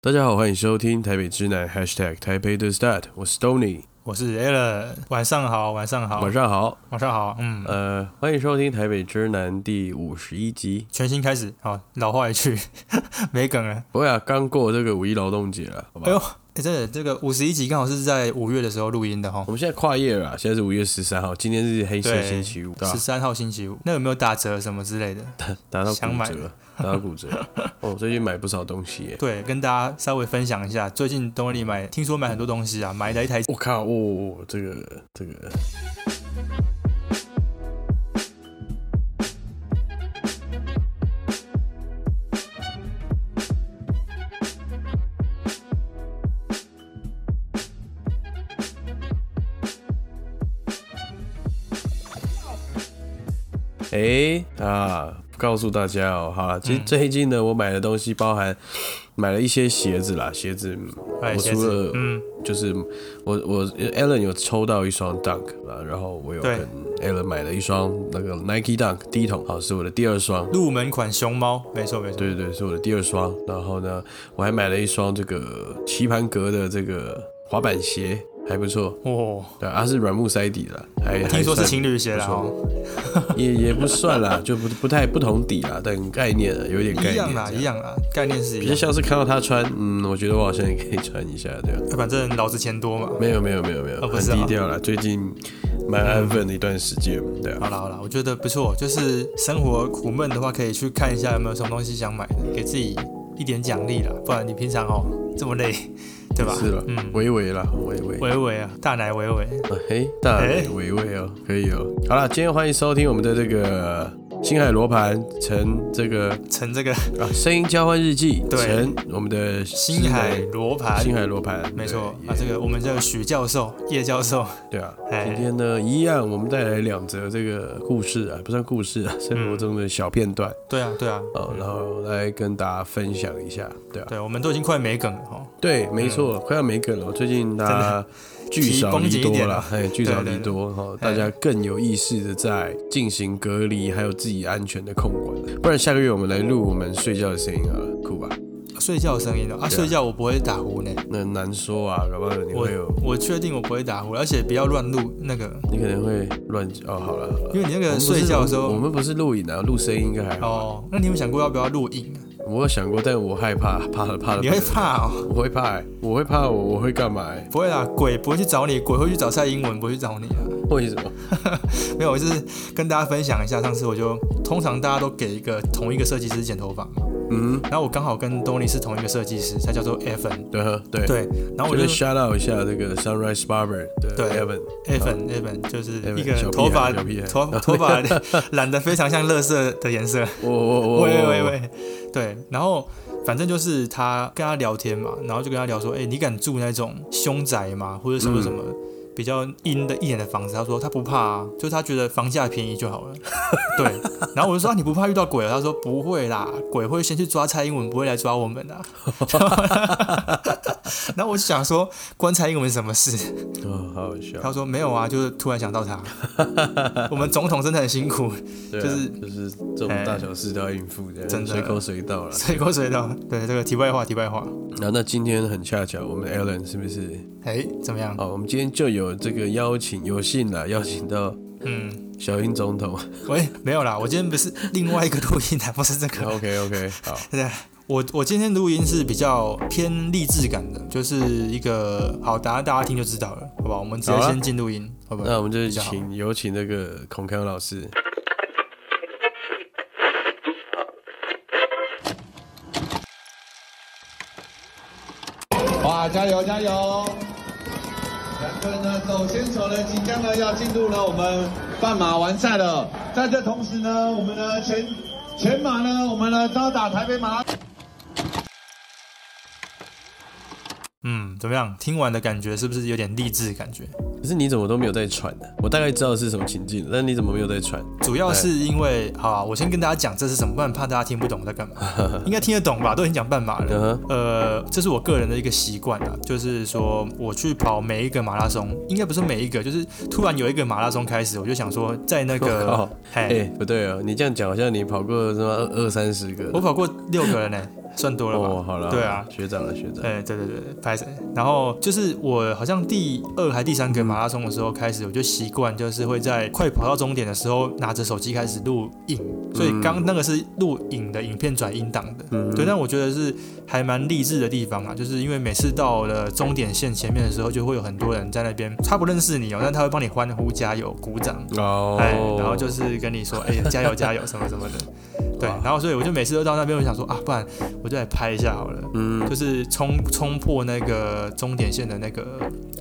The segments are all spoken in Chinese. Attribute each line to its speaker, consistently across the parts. Speaker 1: 大家好，欢迎收听台北之南 #hashtag 台北的 stat，我是 Tony，
Speaker 2: 我是 Alan，晚上好，晚上好，
Speaker 1: 晚上好，
Speaker 2: 晚上好，嗯，
Speaker 1: 呃，欢迎收听台北之南第五十一集。
Speaker 2: 全新开始，好，老话一句， 没梗了。
Speaker 1: 不会啊，刚过这个五一劳动节了，好吧？
Speaker 2: 哎呦，哎，真的，这个五十一集刚好是在五月的时候录音的哈
Speaker 1: 我，们现在跨业了啊，现在是五月十三号，今天是黑色
Speaker 2: 对
Speaker 1: 星期五，对吧啊
Speaker 2: 十？三号星期五，那有没有打折什么之类的？
Speaker 1: 打到
Speaker 2: 想
Speaker 1: 骨
Speaker 2: 买
Speaker 1: 折，打到骨折。哦，最近买不少东西耶。
Speaker 2: 对，跟大家稍微分享一下，最近东里买，听说买很多东西啊，买了一台
Speaker 1: 我靠，哦，哦这个这个，哎、啊，告诉大家哦，哈，其实最近呢，我买的东西包含买了一些鞋子啦，鞋子，嗯
Speaker 2: 哎
Speaker 1: 我
Speaker 2: 鞋
Speaker 1: 除了
Speaker 2: 子，嗯，
Speaker 1: 就是我我 Alan 有抽到一双 Dunk 啊，然后我有
Speaker 2: 对
Speaker 1: 跟 Alan 买了一双那个 Nike Dunk 低筒，好是我的第二双，
Speaker 2: 入门款熊猫，没错没错，
Speaker 1: 对对对，是我的第二双。然后呢，我还买了一双这个棋盘格的这个滑板鞋，还不错，
Speaker 2: 哦，
Speaker 1: 对，啊是软木塞底的，还
Speaker 2: 听说是
Speaker 1: 情
Speaker 2: 情侣鞋了哦，
Speaker 1: 也也不算啦，就不不太不同底啦，但概念啊有一点概
Speaker 2: 一
Speaker 1: 念
Speaker 2: 样啦，
Speaker 1: 这
Speaker 2: 一样啦，啊概念是一
Speaker 1: 比较
Speaker 2: 样，
Speaker 1: 像是看到他穿，嗯，我觉得我好像也可以穿一下这样。
Speaker 2: 反正老子钱多嘛。
Speaker 1: 没有没有没有没有，
Speaker 2: 哦不
Speaker 1: 很
Speaker 2: 是啊
Speaker 1: 低调啦，最近蛮安分的一段时间，对啊。
Speaker 2: 好了好了，我觉得不错，就是生活苦闷的话，可以去看一下有没有什么东西想买的，给自己一点奖励啦，不然你平常哦这么累， 对吧？
Speaker 1: 是了，
Speaker 2: 嗯，
Speaker 1: 维维啦，维维，
Speaker 2: 维维啊，大奶维维，
Speaker 1: 啊嘿，大美
Speaker 2: 哎
Speaker 1: 维维哦，可以哦。好了，今天欢迎收听我们的这个星海罗盘陈这个
Speaker 2: 乘这个
Speaker 1: 啊声音交换日记
Speaker 2: 对
Speaker 1: 陈我们的
Speaker 2: 星海罗盘，
Speaker 1: 星海罗盘，
Speaker 2: 没错
Speaker 1: 对
Speaker 2: 啊，这个我们这个许教授、叶教授，
Speaker 1: 对啊。
Speaker 2: 哎
Speaker 1: 今天呢，一样我们带来两则这个故事啊，不算故事啊，生活中的小片段
Speaker 2: 对啊对啊，
Speaker 1: 哦，然后来跟大家分享一下，对啊，
Speaker 2: 对，我们都已经快没梗了哦，
Speaker 1: 对，没错，快要没梗了。最近大家聚少离
Speaker 2: 提绷紧一
Speaker 1: 多
Speaker 2: 点
Speaker 1: 了
Speaker 2: 啊，
Speaker 1: 哎，聚少
Speaker 2: 对
Speaker 1: 离
Speaker 2: 对对
Speaker 1: 多哈，大家更有意识的在进行隔离，还有自己安全的控管。不然下个月我们来录我们睡觉的声音啊，酷吧？
Speaker 2: 睡觉的声音哦啊，
Speaker 1: 对啊
Speaker 2: 睡觉我不会打呼呢，
Speaker 1: 那很难说啊，搞不好你
Speaker 2: 我
Speaker 1: 会有，
Speaker 2: 我确定我不会打呼，而且不要乱录那个，
Speaker 1: 你可能会乱哦。好了，好了
Speaker 2: 因为你那
Speaker 1: 我们
Speaker 2: 个
Speaker 1: 不是
Speaker 2: 睡觉的时
Speaker 1: 我
Speaker 2: 候。
Speaker 1: 们不是录影啊，录声音应该还好。
Speaker 2: 哦，那你有没有想过要不要录影啊？
Speaker 1: 我有想过，但我害怕，怕了，怕了。
Speaker 2: 你会
Speaker 1: 怕了？
Speaker 2: 怕哦？
Speaker 1: 我会怕欸，我会怕，我我会干嘛欸？
Speaker 2: 不会啦，鬼不会去找你，鬼会去找蔡英文，不会去找你啊。
Speaker 1: 为什么？
Speaker 2: 没有，我就是跟大家分享一下，上次我就通常大家都给一个同一个设计师剪头发嘛，
Speaker 1: 嗯，
Speaker 2: 然后我刚好跟 Tony 是同一个设计师，他叫做 Evan，
Speaker 1: 对呵对。
Speaker 2: 对，然后我
Speaker 1: 就
Speaker 2: 就是
Speaker 1: shout out 一下这个 Sunrise Barber 的
Speaker 2: 对
Speaker 1: Evan，
Speaker 2: Evan Evan 就是一
Speaker 1: 啊 Evan，
Speaker 2: 个
Speaker 1: 小屁孩啊
Speaker 2: 头发
Speaker 1: 小屁孩
Speaker 2: 头头发 染得非常像乐色的颜色，
Speaker 1: 我我我
Speaker 2: 喂喂喂，喂，对，然后反正就是他跟他聊天嘛，然后就跟他聊说，哎、你敢住那种凶宅吗？或者什么什么比较阴的一点的房子？他说他不怕啊，就是他觉得房价便宜就好了。对，然后我就说、啊、你不怕遇到鬼了？他说不会啦，鬼会先去抓蔡英文，不会来抓我们啊。然后我就想说，关蔡英文什么事？
Speaker 1: 哦，好好笑，
Speaker 2: 他说没有啊，就是突然想到他。我们总统真的很辛苦，
Speaker 1: 对啊
Speaker 2: 就是哎
Speaker 1: 就是这种大小事都要应付的，
Speaker 2: 真的
Speaker 1: 随口随到了。
Speaker 2: 水过水到。对，这个题外话，题外话。
Speaker 1: 然后那今天很恰巧，我们 Alan 是不是？
Speaker 2: 哎，怎么样？
Speaker 1: 好，我们今天就有这个邀请，有幸啦，邀请到
Speaker 2: 嗯，
Speaker 1: 小英总 统。
Speaker 2: 喂，没有啦，我今天不是另外一个录音啊， 不是这个。
Speaker 1: OK OK，好，
Speaker 2: 我我今天录音是比较偏励志感的，就是一个好，大家大家听就知道了，好不好？我们直接
Speaker 1: 好啊
Speaker 2: 先进录音，好不好？
Speaker 1: 那我们就
Speaker 2: 比较好
Speaker 1: 请有请那个孔康老师。
Speaker 3: 哇，加油加油！两个人呢手牵手呢，即将呢要进入呢我们半马完赛了。在这同时呢，我们呢全全马呢，我们呢招打台北马拉
Speaker 2: 嗯，怎么样？听完的感觉是不是有点励志的感觉？
Speaker 1: 可是你怎么都没有在喘呢？我大概知道是什么情境，但你怎么没有在喘？
Speaker 2: 主要是因为，好啊，我先跟大家讲这是什么，不然怕大家听不懂我在干 嘛。应该听得懂吧？都已经讲半马了。
Speaker 1: 嗯哼，
Speaker 2: 呃，这是我个人的一个习惯啊，就是说我去跑每一个马拉松，应该不是每一个，就是突然有一个马拉松开始，我就想说在 那
Speaker 1: 我靠
Speaker 2: 个，嘿
Speaker 1: 哎哦哎，不对哦，你这样讲好像你跑过什么二二三十个
Speaker 2: 我，跑过六个人呢、算多了吧？
Speaker 1: 哦，好了，
Speaker 2: 对啊，
Speaker 1: 学长了，学长，
Speaker 2: 哎，对对对，拍谁？然后就是我好像第二还第三个马拉松的时候开始，我就习惯就是会在快跑到终点的时候拿着手机开始录影，所以刚那个是录影的影片转音档的，对。但我觉得是还蛮励志的地方啊，就是因为每次到了终点线前面的时候，就会有很多人在那边，他不认识你哦，但他会帮你欢呼、加油、鼓掌，
Speaker 1: 哦，
Speaker 2: 哎，然后就是跟你说，哎、加油加油什么什么的，对，然后所以我就每次都到那边，我想说啊，不然我就来拍一下好了，
Speaker 1: 嗯
Speaker 2: 就是冲冲破那个终点线的那个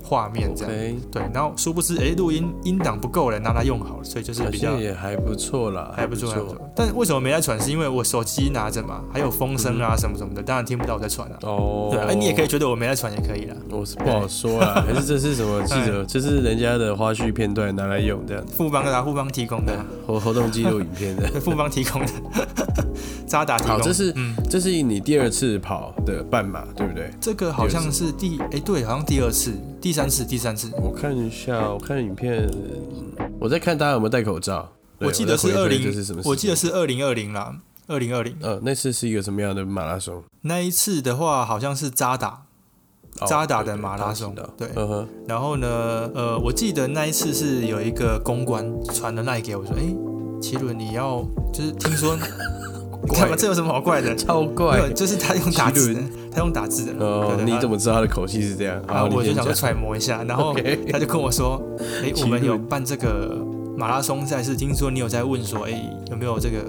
Speaker 2: 画面这样。
Speaker 1: ，OK，
Speaker 2: 对，然后殊不知，哎，录音音档不够了，拿来用好了，所以就是
Speaker 1: 好
Speaker 2: 比较
Speaker 1: 像也还不错啦，
Speaker 2: 还不错，还不错。但为什么没在传？是因为我手机拿着嘛，还有风声啊什么什么的，当然听不到我在传啊。
Speaker 1: 嗯哦，
Speaker 2: 对，哎，你也可以，哎觉得我没在传也可以啦。
Speaker 1: 我是不好说 啦，还是这是什么记者，
Speaker 2: 哎
Speaker 1: 这是人家的花絮片段拿来用这样，
Speaker 2: 富邦的啊，富邦提供的啊，
Speaker 1: 活活动记录影片的。
Speaker 2: 对，富邦提供的，渣打提供
Speaker 1: 好，
Speaker 2: 的。
Speaker 1: 这是
Speaker 2: 嗯，
Speaker 1: 这是你第二次跑的半马，对不对？
Speaker 2: 这个好像是第哎对，好像第二次、第三次、第三次，
Speaker 1: 我看一下，我看影片，嗯我在看大家有没有戴口罩。对
Speaker 2: 我记得
Speaker 1: 在回
Speaker 2: 是
Speaker 1: 推
Speaker 2: 二
Speaker 1: 这
Speaker 2: 零
Speaker 1: 是什么？，
Speaker 2: 我记得，是二零二零啦，二零二零
Speaker 1: 呃，那次是一个什么样的马拉松？
Speaker 2: 那一次的话，好像是渣打，
Speaker 1: 哦
Speaker 2: 渣打的马拉松
Speaker 1: 对，
Speaker 2: 对
Speaker 1: 对嗯
Speaker 2: 然后呢，呃，我记得那一次是有一个公关传了赖给我说，哎，奇伦你要就是听 说，你干嘛这有什么好怪的？
Speaker 1: 超
Speaker 2: 没
Speaker 1: 怪
Speaker 2: 有，就是他用打字的
Speaker 1: 奇，
Speaker 2: 他用打字的，
Speaker 1: 哦
Speaker 2: 对，对
Speaker 1: 你怎
Speaker 2: 么？
Speaker 1: 么知道他的口气是这样？
Speaker 2: 然后
Speaker 1: 好
Speaker 2: 啊我
Speaker 1: 哦你
Speaker 2: 就
Speaker 1: 先
Speaker 2: 想说
Speaker 1: 讲。
Speaker 2: 揣摩一下，然后
Speaker 1: OK
Speaker 2: 他就跟我说， 哎，
Speaker 1: 奇
Speaker 2: 我们有
Speaker 1: 伦
Speaker 2: 办这个马拉松赛事，听说你有在问说，哎，有没有这个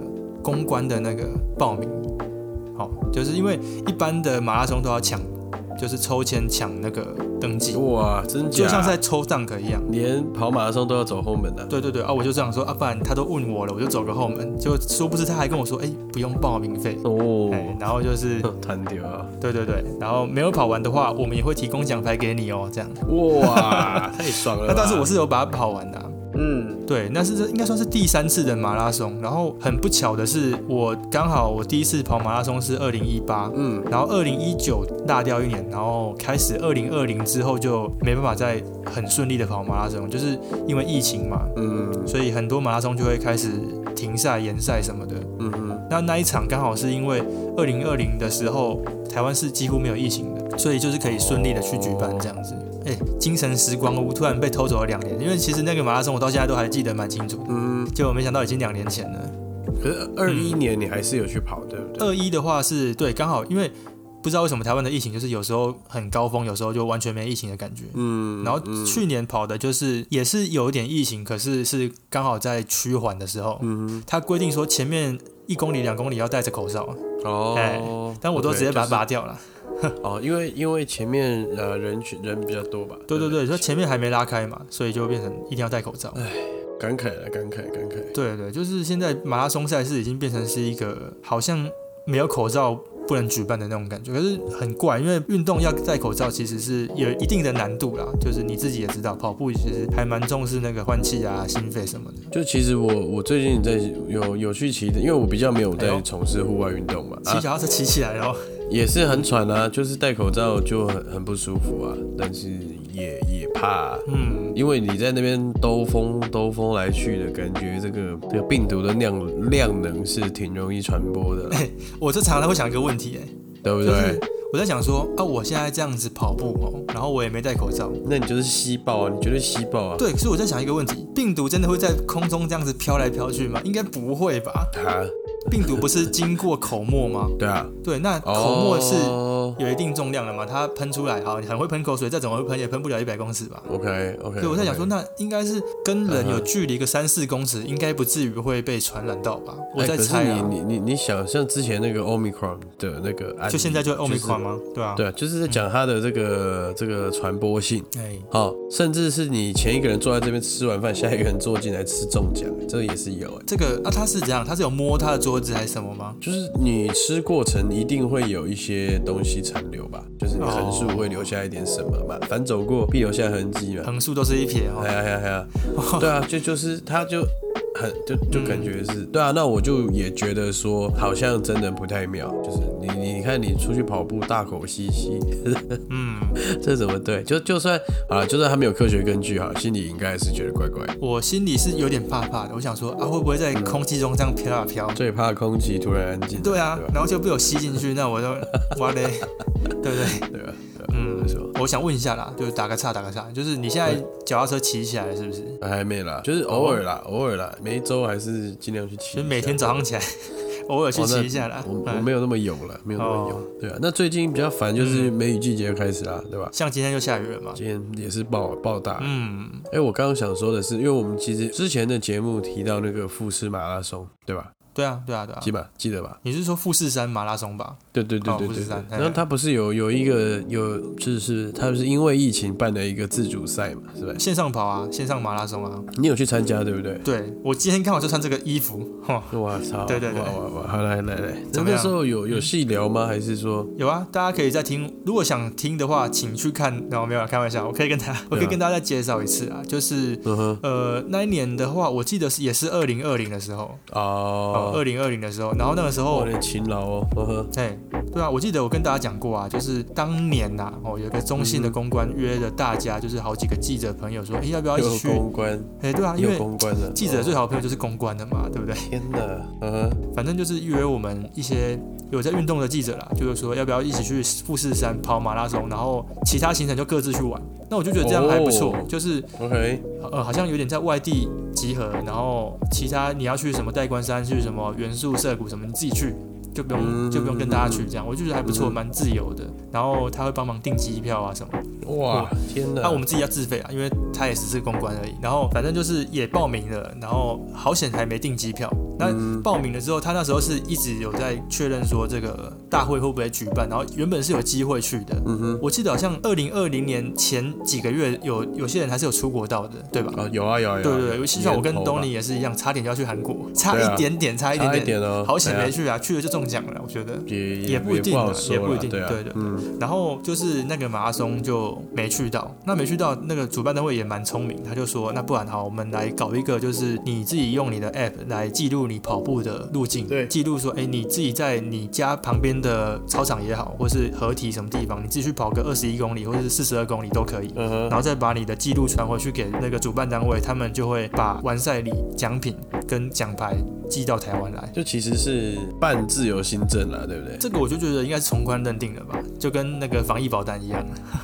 Speaker 2: 公关的那个报名？好，就是因为一般的马拉松都要抢，就是抽签抢那个登记，
Speaker 1: 哇，真假？
Speaker 2: 就像是在抽档口一样。
Speaker 1: 连跑马拉松都要走后门的、
Speaker 2: 对对对啊，我就这样说啊，不然他都问我了，我就走个后门。结果殊不知他还跟我说，哎，不用报名费。
Speaker 1: 哦
Speaker 2: 哎，然后就是，
Speaker 1: 弹掉啊！
Speaker 2: 对对对，然后没有跑完的话，我们也会提供奖牌给你哦，这样。
Speaker 1: 哇，太爽了吧！
Speaker 2: 那但是我是有把它跑完的啊、
Speaker 1: 嗯，
Speaker 2: 对，那是这应该算是第三次的马拉松。然后很不巧的是，我刚好我第一次跑马拉松是二零一八，
Speaker 1: 嗯，
Speaker 2: 然后二零一九落掉一年，然后开始二零二零之后就没办法再很顺利的跑马拉松，就是因为疫情嘛，
Speaker 1: 嗯
Speaker 2: 所以很多马拉松就会开始停赛、延赛什么的。
Speaker 1: 嗯嗯，
Speaker 2: 那那一场刚好是因为二零二零的时候，台湾是几乎没有疫情的，所以就是可以顺利的去举办这样子。哎、精神时光屋突然被偷走了两年，因为其实那个马拉松我到现在都还记得蛮清楚的，
Speaker 1: 嗯
Speaker 2: 结果没想到已经两年前了。
Speaker 1: 可是二一年你还是有去跑，对不对？
Speaker 2: 嗯二一的话是对，刚好因为不知道为什么台湾的疫情就是有时候很高峰，有时候就完全没疫情的感觉。
Speaker 1: 嗯，
Speaker 2: 然后
Speaker 1: 嗯
Speaker 2: 去年跑的就是也是有一点疫情，可是是刚好在趋缓的时候，
Speaker 1: 嗯
Speaker 2: 它规定说前面一公里、两公里要戴着口罩，哎
Speaker 1: 哦，
Speaker 2: 但我都
Speaker 1: OK，
Speaker 2: 直接把它
Speaker 1: 就是
Speaker 2: 拔掉了。
Speaker 1: 哦，因为因为前面呃人群人比较多吧，
Speaker 2: 对对
Speaker 1: 不
Speaker 2: 对，说前面还没拉开嘛，所以就变成一定要戴口罩。
Speaker 1: 感慨了，感慨感慨，
Speaker 2: 对对，就是现在马拉松赛事已经变成是一个好像没有口罩不能举办的那种感觉，可是很怪，因为运动要戴口罩其实是有一定的难度啦，就是你自己也知道，跑步其实还蛮重视那个换气啊、心肺什么的。
Speaker 1: 就其实我我最近在有有去骑的，因为我比较没有
Speaker 2: 哎
Speaker 1: 在
Speaker 2: 呦
Speaker 1: 从事户外运动嘛，啊
Speaker 2: 骑脚踏车骑起来哦，
Speaker 1: 也是很喘啊，就是戴口罩就很很不舒服啊，但是也也怕啊、
Speaker 2: 嗯，
Speaker 1: 因为你在那边兜风兜风来去的感觉，这个这个病毒的量量能是挺容易传播的 啦，
Speaker 2: 我这常常会想一个问题、哎，
Speaker 1: 对不
Speaker 2: 就
Speaker 1: 对
Speaker 2: 是？我在想说啊，我现在这样子跑步哦，然后我也没戴口罩，
Speaker 1: 那你就是吸爆啊，你绝对吸爆啊！
Speaker 2: 对，可是我在想一个问题：病毒真的会在空中这样子飘来飘去吗？应该不会吧？
Speaker 1: 啊，
Speaker 2: 病毒不是经过口沫吗？
Speaker 1: 对啊，
Speaker 2: 对，那口沫是
Speaker 1: 哦
Speaker 2: 有一定重量的嘛，它喷出来，好，你很会喷口水，再怎么会喷也喷不了一百公尺吧？
Speaker 1: ，OK OK。
Speaker 2: 对，我在想说，那应该是跟人有
Speaker 1: 嗯哼
Speaker 2: 距离个三四公尺，应该不至于会被传染到吧？我
Speaker 1: 哎
Speaker 2: 在
Speaker 1: 可是
Speaker 2: 猜啊，
Speaker 1: 你你你你想像之前那个 Omicron 的那个案例，
Speaker 2: 就现在就 o
Speaker 1: 是
Speaker 2: m i c 吗？对啊，
Speaker 1: 对啊，就是在讲它的这个、这个传播性。
Speaker 2: 哎，
Speaker 1: 哦，甚至是你前一个人坐在这边吃完饭，下一个人坐进来吃中奖，这也是有哎。
Speaker 2: 这个啊，他是怎样？他是有摸他的桌子还是什么吗？
Speaker 1: 就是你吃过程一定会有一些东西残留吧，就是你横竖会留下一点什么嘛，反走过必留下痕迹嘛。
Speaker 2: 嗯
Speaker 1: 哎
Speaker 2: 横竖都是一撇哦。
Speaker 1: 哎呀哎呀哎呀，对啊，就就是它就很就就感觉是、对啊，那我就也觉得说好像真的不太妙，就是你你你看你出去跑步大口吸吸，
Speaker 2: 嗯，
Speaker 1: 这怎么对？就就算啊，就算他没有科学根据哈，心里应该是觉得怪怪的。
Speaker 2: 我心里是有点怕怕的，我想说啊，会不会在空气中这样飘啊飘？
Speaker 1: 最怕空气突然安静。
Speaker 2: 对啊
Speaker 1: 嗯对，吧？
Speaker 2: 然后就被我吸进去，那我就哇嘞，对不对？
Speaker 1: 对吧？对吧
Speaker 2: 嗯
Speaker 1: 没错。
Speaker 2: 我想问一下啦，就是打个岔，打个岔，就是你现在脚踏车骑起来是不是？
Speaker 1: 还没啦，就是偶尔啦，偶尔啦，每一周还是尽量去骑一下。
Speaker 2: 哦就是每天早上起来， 偶尔去
Speaker 1: 哦那
Speaker 2: 骑一下啦。
Speaker 1: 我我
Speaker 2: 嗯
Speaker 1: 没有那么有了，没有那么
Speaker 2: 哦嗯
Speaker 1: 有。对啊，那最近比较烦就是梅雨季节开始啦，对吧？
Speaker 2: 像今天就下雨了嘛。
Speaker 1: 今天也是暴暴大。
Speaker 2: 嗯，
Speaker 1: 哎，我刚刚想说的是，因为我们其实之前的节目提到那个富士马拉松，对吧？
Speaker 2: 对啊，对啊，对啊
Speaker 1: 记。吧，记得吧？
Speaker 2: 你是说富士山马拉松吧？
Speaker 1: 对对对
Speaker 2: 哦
Speaker 1: 对
Speaker 2: 富
Speaker 1: 对
Speaker 2: 士
Speaker 1: 对
Speaker 2: 山。嘿
Speaker 1: 然后他不是有有一个有，就是他是因为疫情办了一个自主赛嘛，是吧？
Speaker 2: 线上跑啊，线上马拉松啊。
Speaker 1: 你有去参加对不对？
Speaker 2: 对我今天刚好就穿这个衣服，哈，
Speaker 1: 我操！
Speaker 2: 对对
Speaker 1: 嗯
Speaker 2: 对
Speaker 1: 哇哇哇！好来来来，
Speaker 2: 怎么
Speaker 1: 那
Speaker 2: 样嗯
Speaker 1: 时候有有细聊吗？还是说
Speaker 2: 有啊，大家可以再听。如果想听的话，请去看。然后没有啦开玩笑，我可以跟大家，
Speaker 1: 啊
Speaker 2: 我可以跟大家再介绍一次啊，就是
Speaker 1: 嗯哼
Speaker 2: 呃那一年的话，我记得是也是二零二零的时候，哦，
Speaker 1: 哦，
Speaker 2: 二零二零的时候，然后那个时候
Speaker 1: 我。的勤劳哦，呵呵，
Speaker 2: 哎，对啊，我记得我跟大家讲过啊，就是当年呐、哦，有一个中信
Speaker 1: 嗯
Speaker 2: 的公关约了大家，就是好几个记者朋友说，哎，要不要一
Speaker 1: 又
Speaker 2: 起去？
Speaker 1: 公关，
Speaker 2: 哎，对啊，因
Speaker 1: 又
Speaker 2: 为
Speaker 1: 公关了。
Speaker 2: 记者
Speaker 1: 哦
Speaker 2: 最好的朋友就是公关的嘛，对不对？
Speaker 1: 天哪，嗯哼，
Speaker 2: 反正就是约我们一些有在运动的记者啦，就是说要不要一起去富士山跑马拉松，然后其他行程就各自去玩。那我就觉得这样还不错，
Speaker 1: 哦
Speaker 2: 就是
Speaker 1: OK，
Speaker 2: 呃好像有点在外地集合，然后其他你要去什么代官山，去什么元素社谷什么，你自己去。就不用
Speaker 1: 嗯
Speaker 2: 就不用跟大家去这样，我就觉得还不错，
Speaker 1: 嗯
Speaker 2: 蛮自由的。然后他会帮忙订机票啊什么，
Speaker 1: 哇，天哪，
Speaker 2: 那、我们自己要自费啊，因为他也只是公关而已。然后反正就是也报名了，然后好险还没订机票。那
Speaker 1: 嗯
Speaker 2: 报名了之后，他那时候是一直有在确认说这个大会会不会举办，然后原本是有机会去的。
Speaker 1: 嗯哼，
Speaker 2: 我记得好像二零二零年前几个月有有些人还是有出国到的，对吧？
Speaker 1: 哦，有啊有啊有啊，
Speaker 2: 对对对，就像我跟
Speaker 1: 年头吧
Speaker 2: 东尼也是一样，差点就要去韩国，差
Speaker 1: 对啊
Speaker 2: 一点点，差一点
Speaker 1: 差一点哦
Speaker 2: 好险
Speaker 1: 对啊
Speaker 2: 没去啊，去了就中奖了，我觉得。
Speaker 1: 也
Speaker 2: 也不一定啊
Speaker 1: 好说
Speaker 2: 也不一
Speaker 1: 啦
Speaker 2: 定
Speaker 1: 对啊
Speaker 2: 对对对
Speaker 1: 嗯，
Speaker 2: 然后就是那个马拉松就没去到，那没去到，那个主办单位也蛮聪明，他就说，那不然好，我们来搞一个，就是你自己用你的 app 来记录你跑步的路径，
Speaker 1: 对
Speaker 2: 记录说，哎，你自己在你家旁边的操场也好，或是合体什么地方，你自己去跑个二十一公里或者是四十二公里都可以。
Speaker 1: 嗯哼，
Speaker 2: 然后再把你的记录传回去给那个主办单位，他们就会把完赛礼、奖品跟奖牌寄到台湾来。
Speaker 1: 就其实是半自由新政啦，对不对？
Speaker 2: 这个我就觉得应该是从宽认定了吧，就跟那个防疫保单一样。啊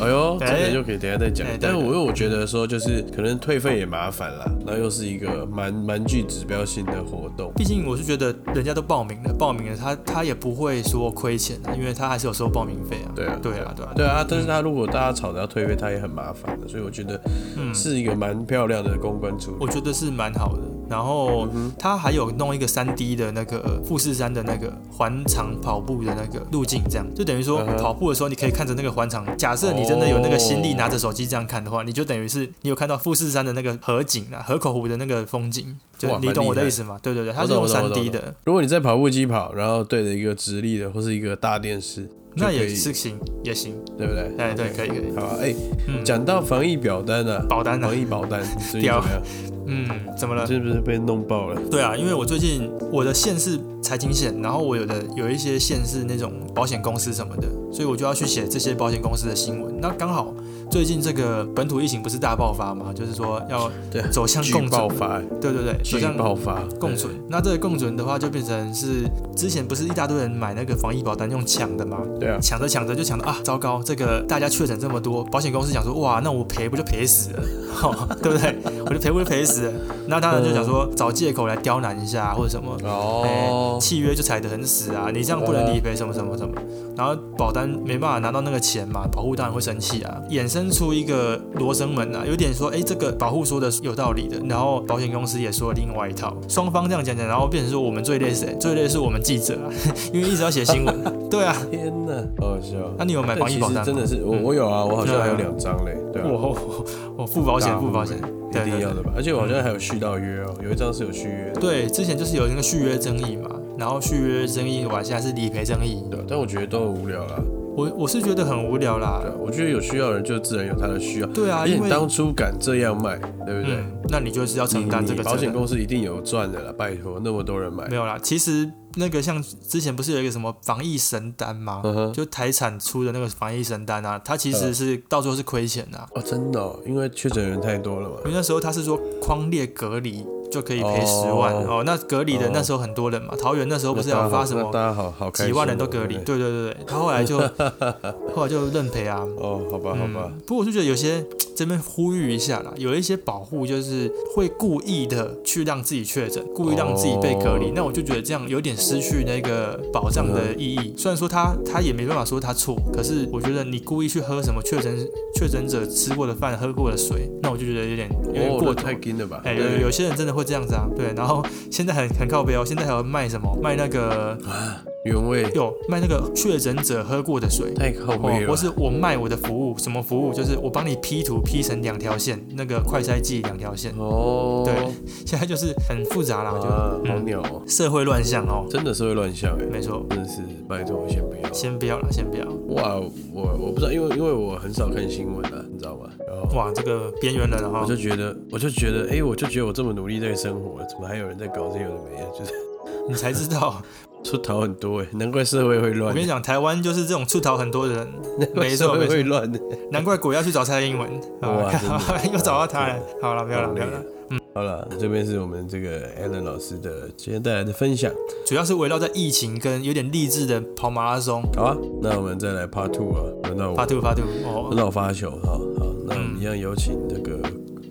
Speaker 1: 哎呦，这
Speaker 2: 哎
Speaker 1: 个就可以等一下再讲
Speaker 2: 哎对。
Speaker 1: 但是我因为我觉得说，就是可能退费也麻烦啦，然后又是一个蛮蛮具指标性的活动。
Speaker 2: 毕竟我是觉得人家都报名了，报名了他他也不会说亏钱啊，因为他还是有收报名费啊。
Speaker 1: 对啊
Speaker 2: 对啊，对啊，
Speaker 1: 对啊，但是他如果大家吵着要退费，他也很麻烦的，所以我觉得
Speaker 2: 嗯，
Speaker 1: 是一个蛮漂亮的公关处理。
Speaker 2: 我觉得是蛮好的。然后
Speaker 1: 嗯
Speaker 2: 他还有弄一个三 D 的那个富士山的那个环场跑步的那个路径，这样就等于说
Speaker 1: 嗯哼
Speaker 2: 跑步的时候你可以看着那个环场。假设你真的有那个心力拿着手机这样看的话，你就等于是你有看到富士山的那个河景啊，河口湖的那个风景，就
Speaker 1: 哇
Speaker 2: 你
Speaker 1: 蛮
Speaker 2: 懂
Speaker 1: 厉
Speaker 2: 我的
Speaker 1: 害
Speaker 2: 意思吗？对对对，它
Speaker 1: 我
Speaker 2: 是
Speaker 1: 懂
Speaker 2: 用
Speaker 1: 我懂我懂
Speaker 2: 三 D
Speaker 1: 我懂
Speaker 2: 的，
Speaker 1: 如果你在跑步机跑，然后对着一个直立的或是一个大电视，就
Speaker 2: 那
Speaker 1: 可
Speaker 2: 也
Speaker 1: 以
Speaker 2: 是行，也行。
Speaker 1: 对不对？
Speaker 2: 哎，对，可以可以。
Speaker 1: 好啊，哎，
Speaker 2: 嗯，
Speaker 1: 讲到防疫表单啊，
Speaker 2: 保单啊
Speaker 1: 防疫保单最近怎么样？
Speaker 2: 嗯，怎么了？
Speaker 1: 是不是被弄爆了？
Speaker 2: 对啊，因为我最近我的线是财经线，然后我有的有一些线是那种保险公司什么的，所以我就要去写这些保险公司的新闻。那刚好最近这个本土疫情不是大爆发嘛，就是说要
Speaker 1: 对啊，
Speaker 2: 走向
Speaker 1: 巨
Speaker 2: 共
Speaker 1: 爆
Speaker 2: 存，
Speaker 1: 发，
Speaker 2: 对对对，走
Speaker 1: 巨
Speaker 2: 向
Speaker 1: 爆发，
Speaker 2: 共存。那这个共存的话，就变成是之前不是一大堆人买那个防疫保单用抢的吗？
Speaker 1: 对啊，
Speaker 2: 抢着抢着就抢到啊，糟糕，这个大家确诊这么多，保险公司想说，哇，那我赔不就赔死了， 哦、对不对？我就赔不就赔死了。那当然就想说找借口来刁难一下或者什么，哎
Speaker 1: 哦，
Speaker 2: 契约就踩得很死啊，你这样不能理赔什么什么什么，然后保单没办法拿到那个钱嘛，保护当然会生气啊，衍生出一个罗生门啊，有点说，哎，这个保护说的是有道理的，然后保险公司也说了另外一套，双方这样讲讲，然后变成说我们最累谁？最累是我们记者啊，因为一直要写新闻，对啊，
Speaker 1: 天哪，好好笑。
Speaker 2: 那你有买
Speaker 1: 但
Speaker 2: 防
Speaker 1: 其
Speaker 2: 疫
Speaker 1: 实
Speaker 2: 保单吗？嗯
Speaker 1: 真的是我我有啊，我好像还有两张嘞，对啊，
Speaker 2: 我我我付保险，付保险，
Speaker 1: 一
Speaker 2: 对对
Speaker 1: 定
Speaker 2: 对嗯
Speaker 1: 要的吧？而且我好像还有续到约哦，有一张是有续约的，
Speaker 2: 对，之前就是有那个续约争议嘛，然后续约争议完，现在是理赔争议。
Speaker 1: 对啊，但我觉得都很无聊啦。
Speaker 2: 我我是觉得很无聊啦
Speaker 1: 对。啊，我觉得有需要的人就自然有他的需要，
Speaker 2: 对啊，
Speaker 1: 而且
Speaker 2: 因为
Speaker 1: 你当初敢这样卖，对不对？
Speaker 2: 嗯，那你就是要承担这个
Speaker 1: 你保
Speaker 2: 责
Speaker 1: 险
Speaker 2: 任。
Speaker 1: 公司一定有赚的啦，拜托，那么多人买
Speaker 2: 没，有啦，其实那个像之前不是有一个什么防疫神单吗？
Speaker 1: 嗯哼嗯
Speaker 2: 就台产出的那个防疫神单啊，它其实是、到最后是亏钱的啊、
Speaker 1: 哦，真的、哦，因为确诊人太多了嘛。
Speaker 2: 因为那时候他是说框列隔离就可以赔十万
Speaker 1: 哦
Speaker 2: 哦那隔离的
Speaker 1: 哦
Speaker 2: 那时候很多人嘛，桃园那时候不是要发什
Speaker 1: 那
Speaker 2: 么
Speaker 1: 大家好好开心哦
Speaker 2: 几万人都隔离，对对对对，他后 来就后来就认赔啊。嗯
Speaker 1: 哦，好吧，好吧，
Speaker 2: 不过我就觉得有些这边呼吁一下啦，有一些保护就是会故意的去让自己确诊，故意让自己被隔离，
Speaker 1: 哦
Speaker 2: 那我就觉得这样有点失去那个保障的意
Speaker 1: 嗯
Speaker 2: 义。虽然说他他也没办法说他错，可是我觉得你故意去喝什么确诊确诊者吃过的饭、喝过的水，那我就觉得有点有点
Speaker 1: 哦，
Speaker 2: 过
Speaker 1: 那
Speaker 2: 头。
Speaker 1: 太劲了吧？
Speaker 2: 哎、
Speaker 1: 对
Speaker 2: 有有些人真的会这样子啊，对。然后现在很很靠背哦，现在还有卖什么卖那个
Speaker 1: 原味
Speaker 2: 有卖那个确诊者喝过的水，
Speaker 1: 太靠
Speaker 2: 哦
Speaker 1: 背，了
Speaker 2: 或
Speaker 1: 吧，
Speaker 2: 是我卖我的服务，什么服务？就是我帮你 P 图 P 成两条线，那个快筛剂两条线。
Speaker 1: 哦，
Speaker 2: 对，现在就是很复杂啦，
Speaker 1: 啊，
Speaker 2: 就、
Speaker 1: 好
Speaker 2: 嗯、
Speaker 1: 鸟哦，
Speaker 2: 社会乱象哦。
Speaker 1: 真的是会乱想哎，
Speaker 2: 没错，
Speaker 1: 真的是拜托先不要。
Speaker 2: 先不要啦，先不要。
Speaker 1: 哇，我我不知道，因为因为我很少看新闻啊，你知道吗？然后
Speaker 2: 哇，这个边缘人了哈
Speaker 1: 我就。觉得，我就觉得，哎、我就觉得我这么努力在生活，怎么还有人在搞这有的没的？就是
Speaker 2: 你才知道，
Speaker 1: 出逃很多哎、难怪社会会
Speaker 2: 我
Speaker 1: 乱
Speaker 2: 跟，你讲，台湾就是这种出逃很多的人，
Speaker 1: 难怪
Speaker 2: 没
Speaker 1: 社
Speaker 2: 错
Speaker 1: 会
Speaker 2: 没错
Speaker 1: 会乱的。
Speaker 2: 难怪鬼要去找蔡英文。啊
Speaker 1: 哇真的
Speaker 2: 又找到他了。好了，不要了，
Speaker 1: 好
Speaker 2: 不
Speaker 1: 累
Speaker 2: 要
Speaker 1: 啊
Speaker 2: 了。
Speaker 1: 好了，这边是我们这个 Alan 老师的今天带来的分享。
Speaker 2: 主要是围绕在疫情跟有点励志的跑马拉松，
Speaker 1: 好啊，那我们再来 Part Two 啊，轮到我，
Speaker 2: 发吐发吐
Speaker 1: 轮
Speaker 2: 哦。
Speaker 1: 到我发球哈。好，那我们一样有请这个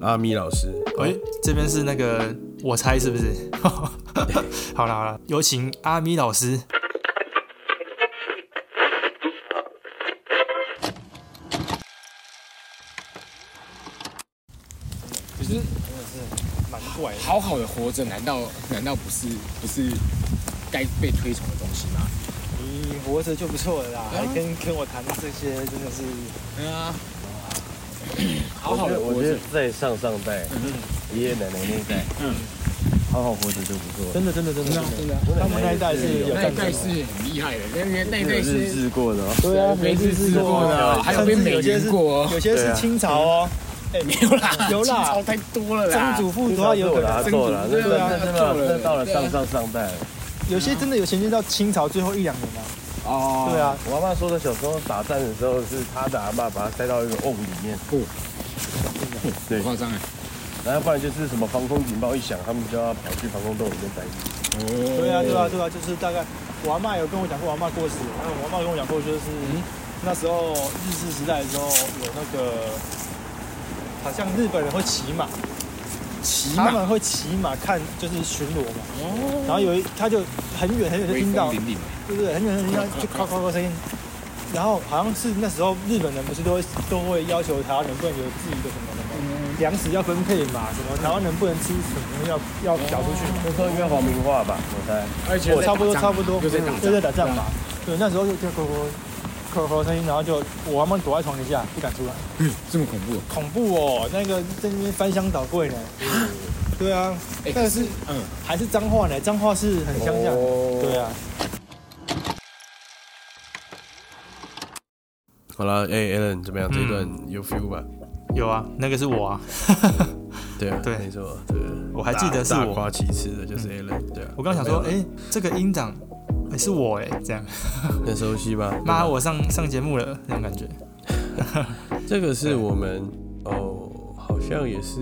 Speaker 1: 阿咪老师。
Speaker 2: 哎、
Speaker 4: 哦
Speaker 2: 这边是那个，我猜是不是？ 好了好了，有请阿咪老师。
Speaker 5: 就是好好的活着，难道难道不是不是该被推崇的东西吗？
Speaker 4: 你活着就不错了啦，
Speaker 5: 对啊
Speaker 4: 还跟跟我谈这些，真的是
Speaker 5: 嗯啊，好好
Speaker 6: 我觉
Speaker 5: 的
Speaker 6: 得我
Speaker 5: 活
Speaker 6: 觉
Speaker 5: 着
Speaker 6: 得，在上上代，爷爷奶奶那一代，
Speaker 5: 嗯
Speaker 6: 好好活着就不错。
Speaker 4: 真的真的真的
Speaker 5: 真的真的，
Speaker 4: 他们那一代是有
Speaker 5: 那一
Speaker 4: 战争
Speaker 5: 代
Speaker 4: 的，
Speaker 5: 是很厉害的，那那那一代
Speaker 6: 有日
Speaker 5: 是
Speaker 6: 治过的哦，
Speaker 4: 对啊，
Speaker 5: 没日治过的，还有被
Speaker 4: 甚至
Speaker 5: 美
Speaker 4: 有些
Speaker 5: 援
Speaker 4: 是
Speaker 5: 过哦，
Speaker 4: 有些是清朝哦，哎，
Speaker 5: 没有啦，
Speaker 4: 有
Speaker 5: 清朝
Speaker 4: 啦，
Speaker 5: 太多了啦，
Speaker 4: 曾祖父都要有
Speaker 6: 够
Speaker 4: 可
Speaker 6: 了啊，
Speaker 4: 能，
Speaker 6: 够了啊，那
Speaker 5: 啊对
Speaker 6: 那
Speaker 5: 啊
Speaker 6: 那真
Speaker 5: 够了
Speaker 6: 的那到了
Speaker 5: 对啊
Speaker 6: 上上上代了。
Speaker 4: 有些真的有衔接到清朝最后一两年啊，
Speaker 5: 哦，
Speaker 4: 对，啊，
Speaker 6: 我阿妈说的，小时候打战的时候是她的阿妈把她塞到一个瓮里面，
Speaker 5: 很夸张哎，
Speaker 6: 然后不然就是什么防空警报一响，他们就要跑去防空洞里面待。
Speaker 5: 哦，
Speaker 4: 对啊，对啊，对啊，就是大概我阿妈有跟我讲过，我阿妈过世，然后我阿妈跟我讲过，就是
Speaker 5: 嗯
Speaker 4: 那时候日治时代的时候有那个，好像日本人会骑马，
Speaker 5: 骑
Speaker 4: 他
Speaker 5: 马，
Speaker 4: 们会骑马看就是巡逻嘛，
Speaker 5: 哦，
Speaker 4: 然后有一他就很远很远就
Speaker 5: 威
Speaker 4: 听到
Speaker 5: 风。凛凛，
Speaker 4: 对对，很远很远就咔咔咔声音。然后好像是那时候日本人不是都会都会要求台湾人不能有自己的什么什么
Speaker 5: 嗯
Speaker 4: 粮食要分配嘛，什么台湾人不能吃什么要要缴出去。
Speaker 6: 那时候应该皇民化吧，我猜。
Speaker 5: 而且
Speaker 4: 我差不多差不多，
Speaker 5: 又
Speaker 4: 就
Speaker 5: 嗯在打仗，
Speaker 4: 在打仗嘛。对，那时候就就咔咔咔咔声音，然后就我阿妈躲在床底下不敢出来，
Speaker 5: 嗯，这么恐怖，
Speaker 4: 恐怖哦，那个在那边翻箱倒柜呢。对啊，
Speaker 5: 哎，
Speaker 4: 但
Speaker 5: 但
Speaker 4: 是
Speaker 5: 是嗯，
Speaker 4: 还是脏话呢，脏话是很乡下
Speaker 5: 哦
Speaker 4: 的。对啊，
Speaker 1: 好了，哎、a l a n 怎么样？这一
Speaker 2: 嗯
Speaker 1: 段有 feel 吧？
Speaker 2: 有啊，那个是我啊。
Speaker 1: 对啊，
Speaker 2: 对
Speaker 1: 没错，这个
Speaker 2: 我还记得是
Speaker 1: 大
Speaker 2: 我嗯
Speaker 1: 夸其词的，就是 Alan、对啊，
Speaker 2: 我刚想说，哎、
Speaker 1: 没有啦
Speaker 2: 这个音档、哎是我哎、这样，
Speaker 1: 很熟悉吧？
Speaker 2: 妈，我上上节目了，那种感觉。
Speaker 1: 这个是我们哦，好像也是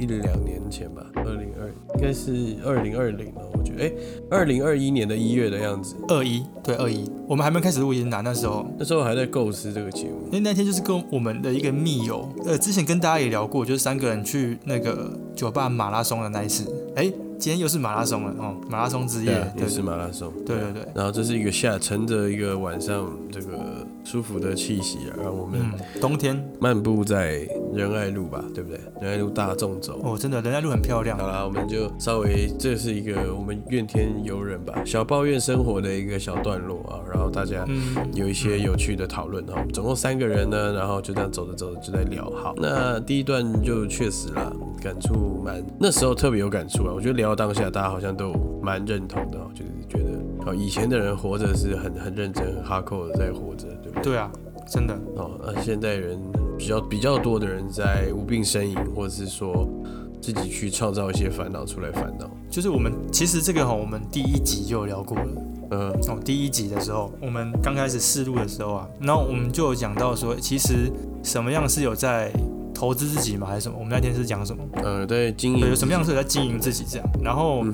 Speaker 1: 一两年前吧，二零二应该是二零二零哦，我觉得哎，二零二一年的一月的样子，
Speaker 2: 二一，对二一，我们还没开始录音呢、啊那时候，
Speaker 1: 那时候还在构思这个节目
Speaker 2: 因为那天就是跟我们的一个密友，呃，之前跟大家也聊过，就是三个人去那个酒吧马拉松的那一次，哎、今天又是马拉松了哦，马拉松之夜，
Speaker 1: 对啊，
Speaker 2: 对
Speaker 1: 也是马拉松，
Speaker 2: 对
Speaker 1: 啊
Speaker 2: 对对
Speaker 1: 然后这是一个下乘着一个晚上这个舒服的气息啊，让我们
Speaker 2: 嗯，冬天
Speaker 1: 漫步在仁爱路吧，对不对？仁爱路大众走。
Speaker 2: 哦，真的仁爱路很漂亮
Speaker 1: 好，啦，我们就稍微，这是一个我们怨天尤人吧，小抱怨生活的一个小段落啊。然后大家
Speaker 2: 嗯
Speaker 1: 有一些有趣的讨论哈，啊总共三个人呢，然后就这样走着走着就在聊。好，那第一段就确实啦，感触蛮那时候特别有感触啊。我觉得聊到当下，大家好像都蛮认同的哦，就是觉得哦，以前的人活着是很很认真、很哈扣的在活着，对不对？
Speaker 2: 对啊，真的，
Speaker 1: 呃哦，那现代人比较比较多的人在无病呻吟，或者是说自己去创造一些烦恼出来烦恼。
Speaker 2: 就是我们其实这个哈，我们第一集就有聊过了。
Speaker 1: 嗯
Speaker 2: 哦，第一集的时候，我们刚开始试录的时候啊，然后我们就有讲到说，其实什么样是有在投资自己嘛，还是什么？我们那天是讲什么？
Speaker 1: 呃，对，经
Speaker 2: 对，
Speaker 1: 营
Speaker 2: 有什么样是有在经营自己这样？然后，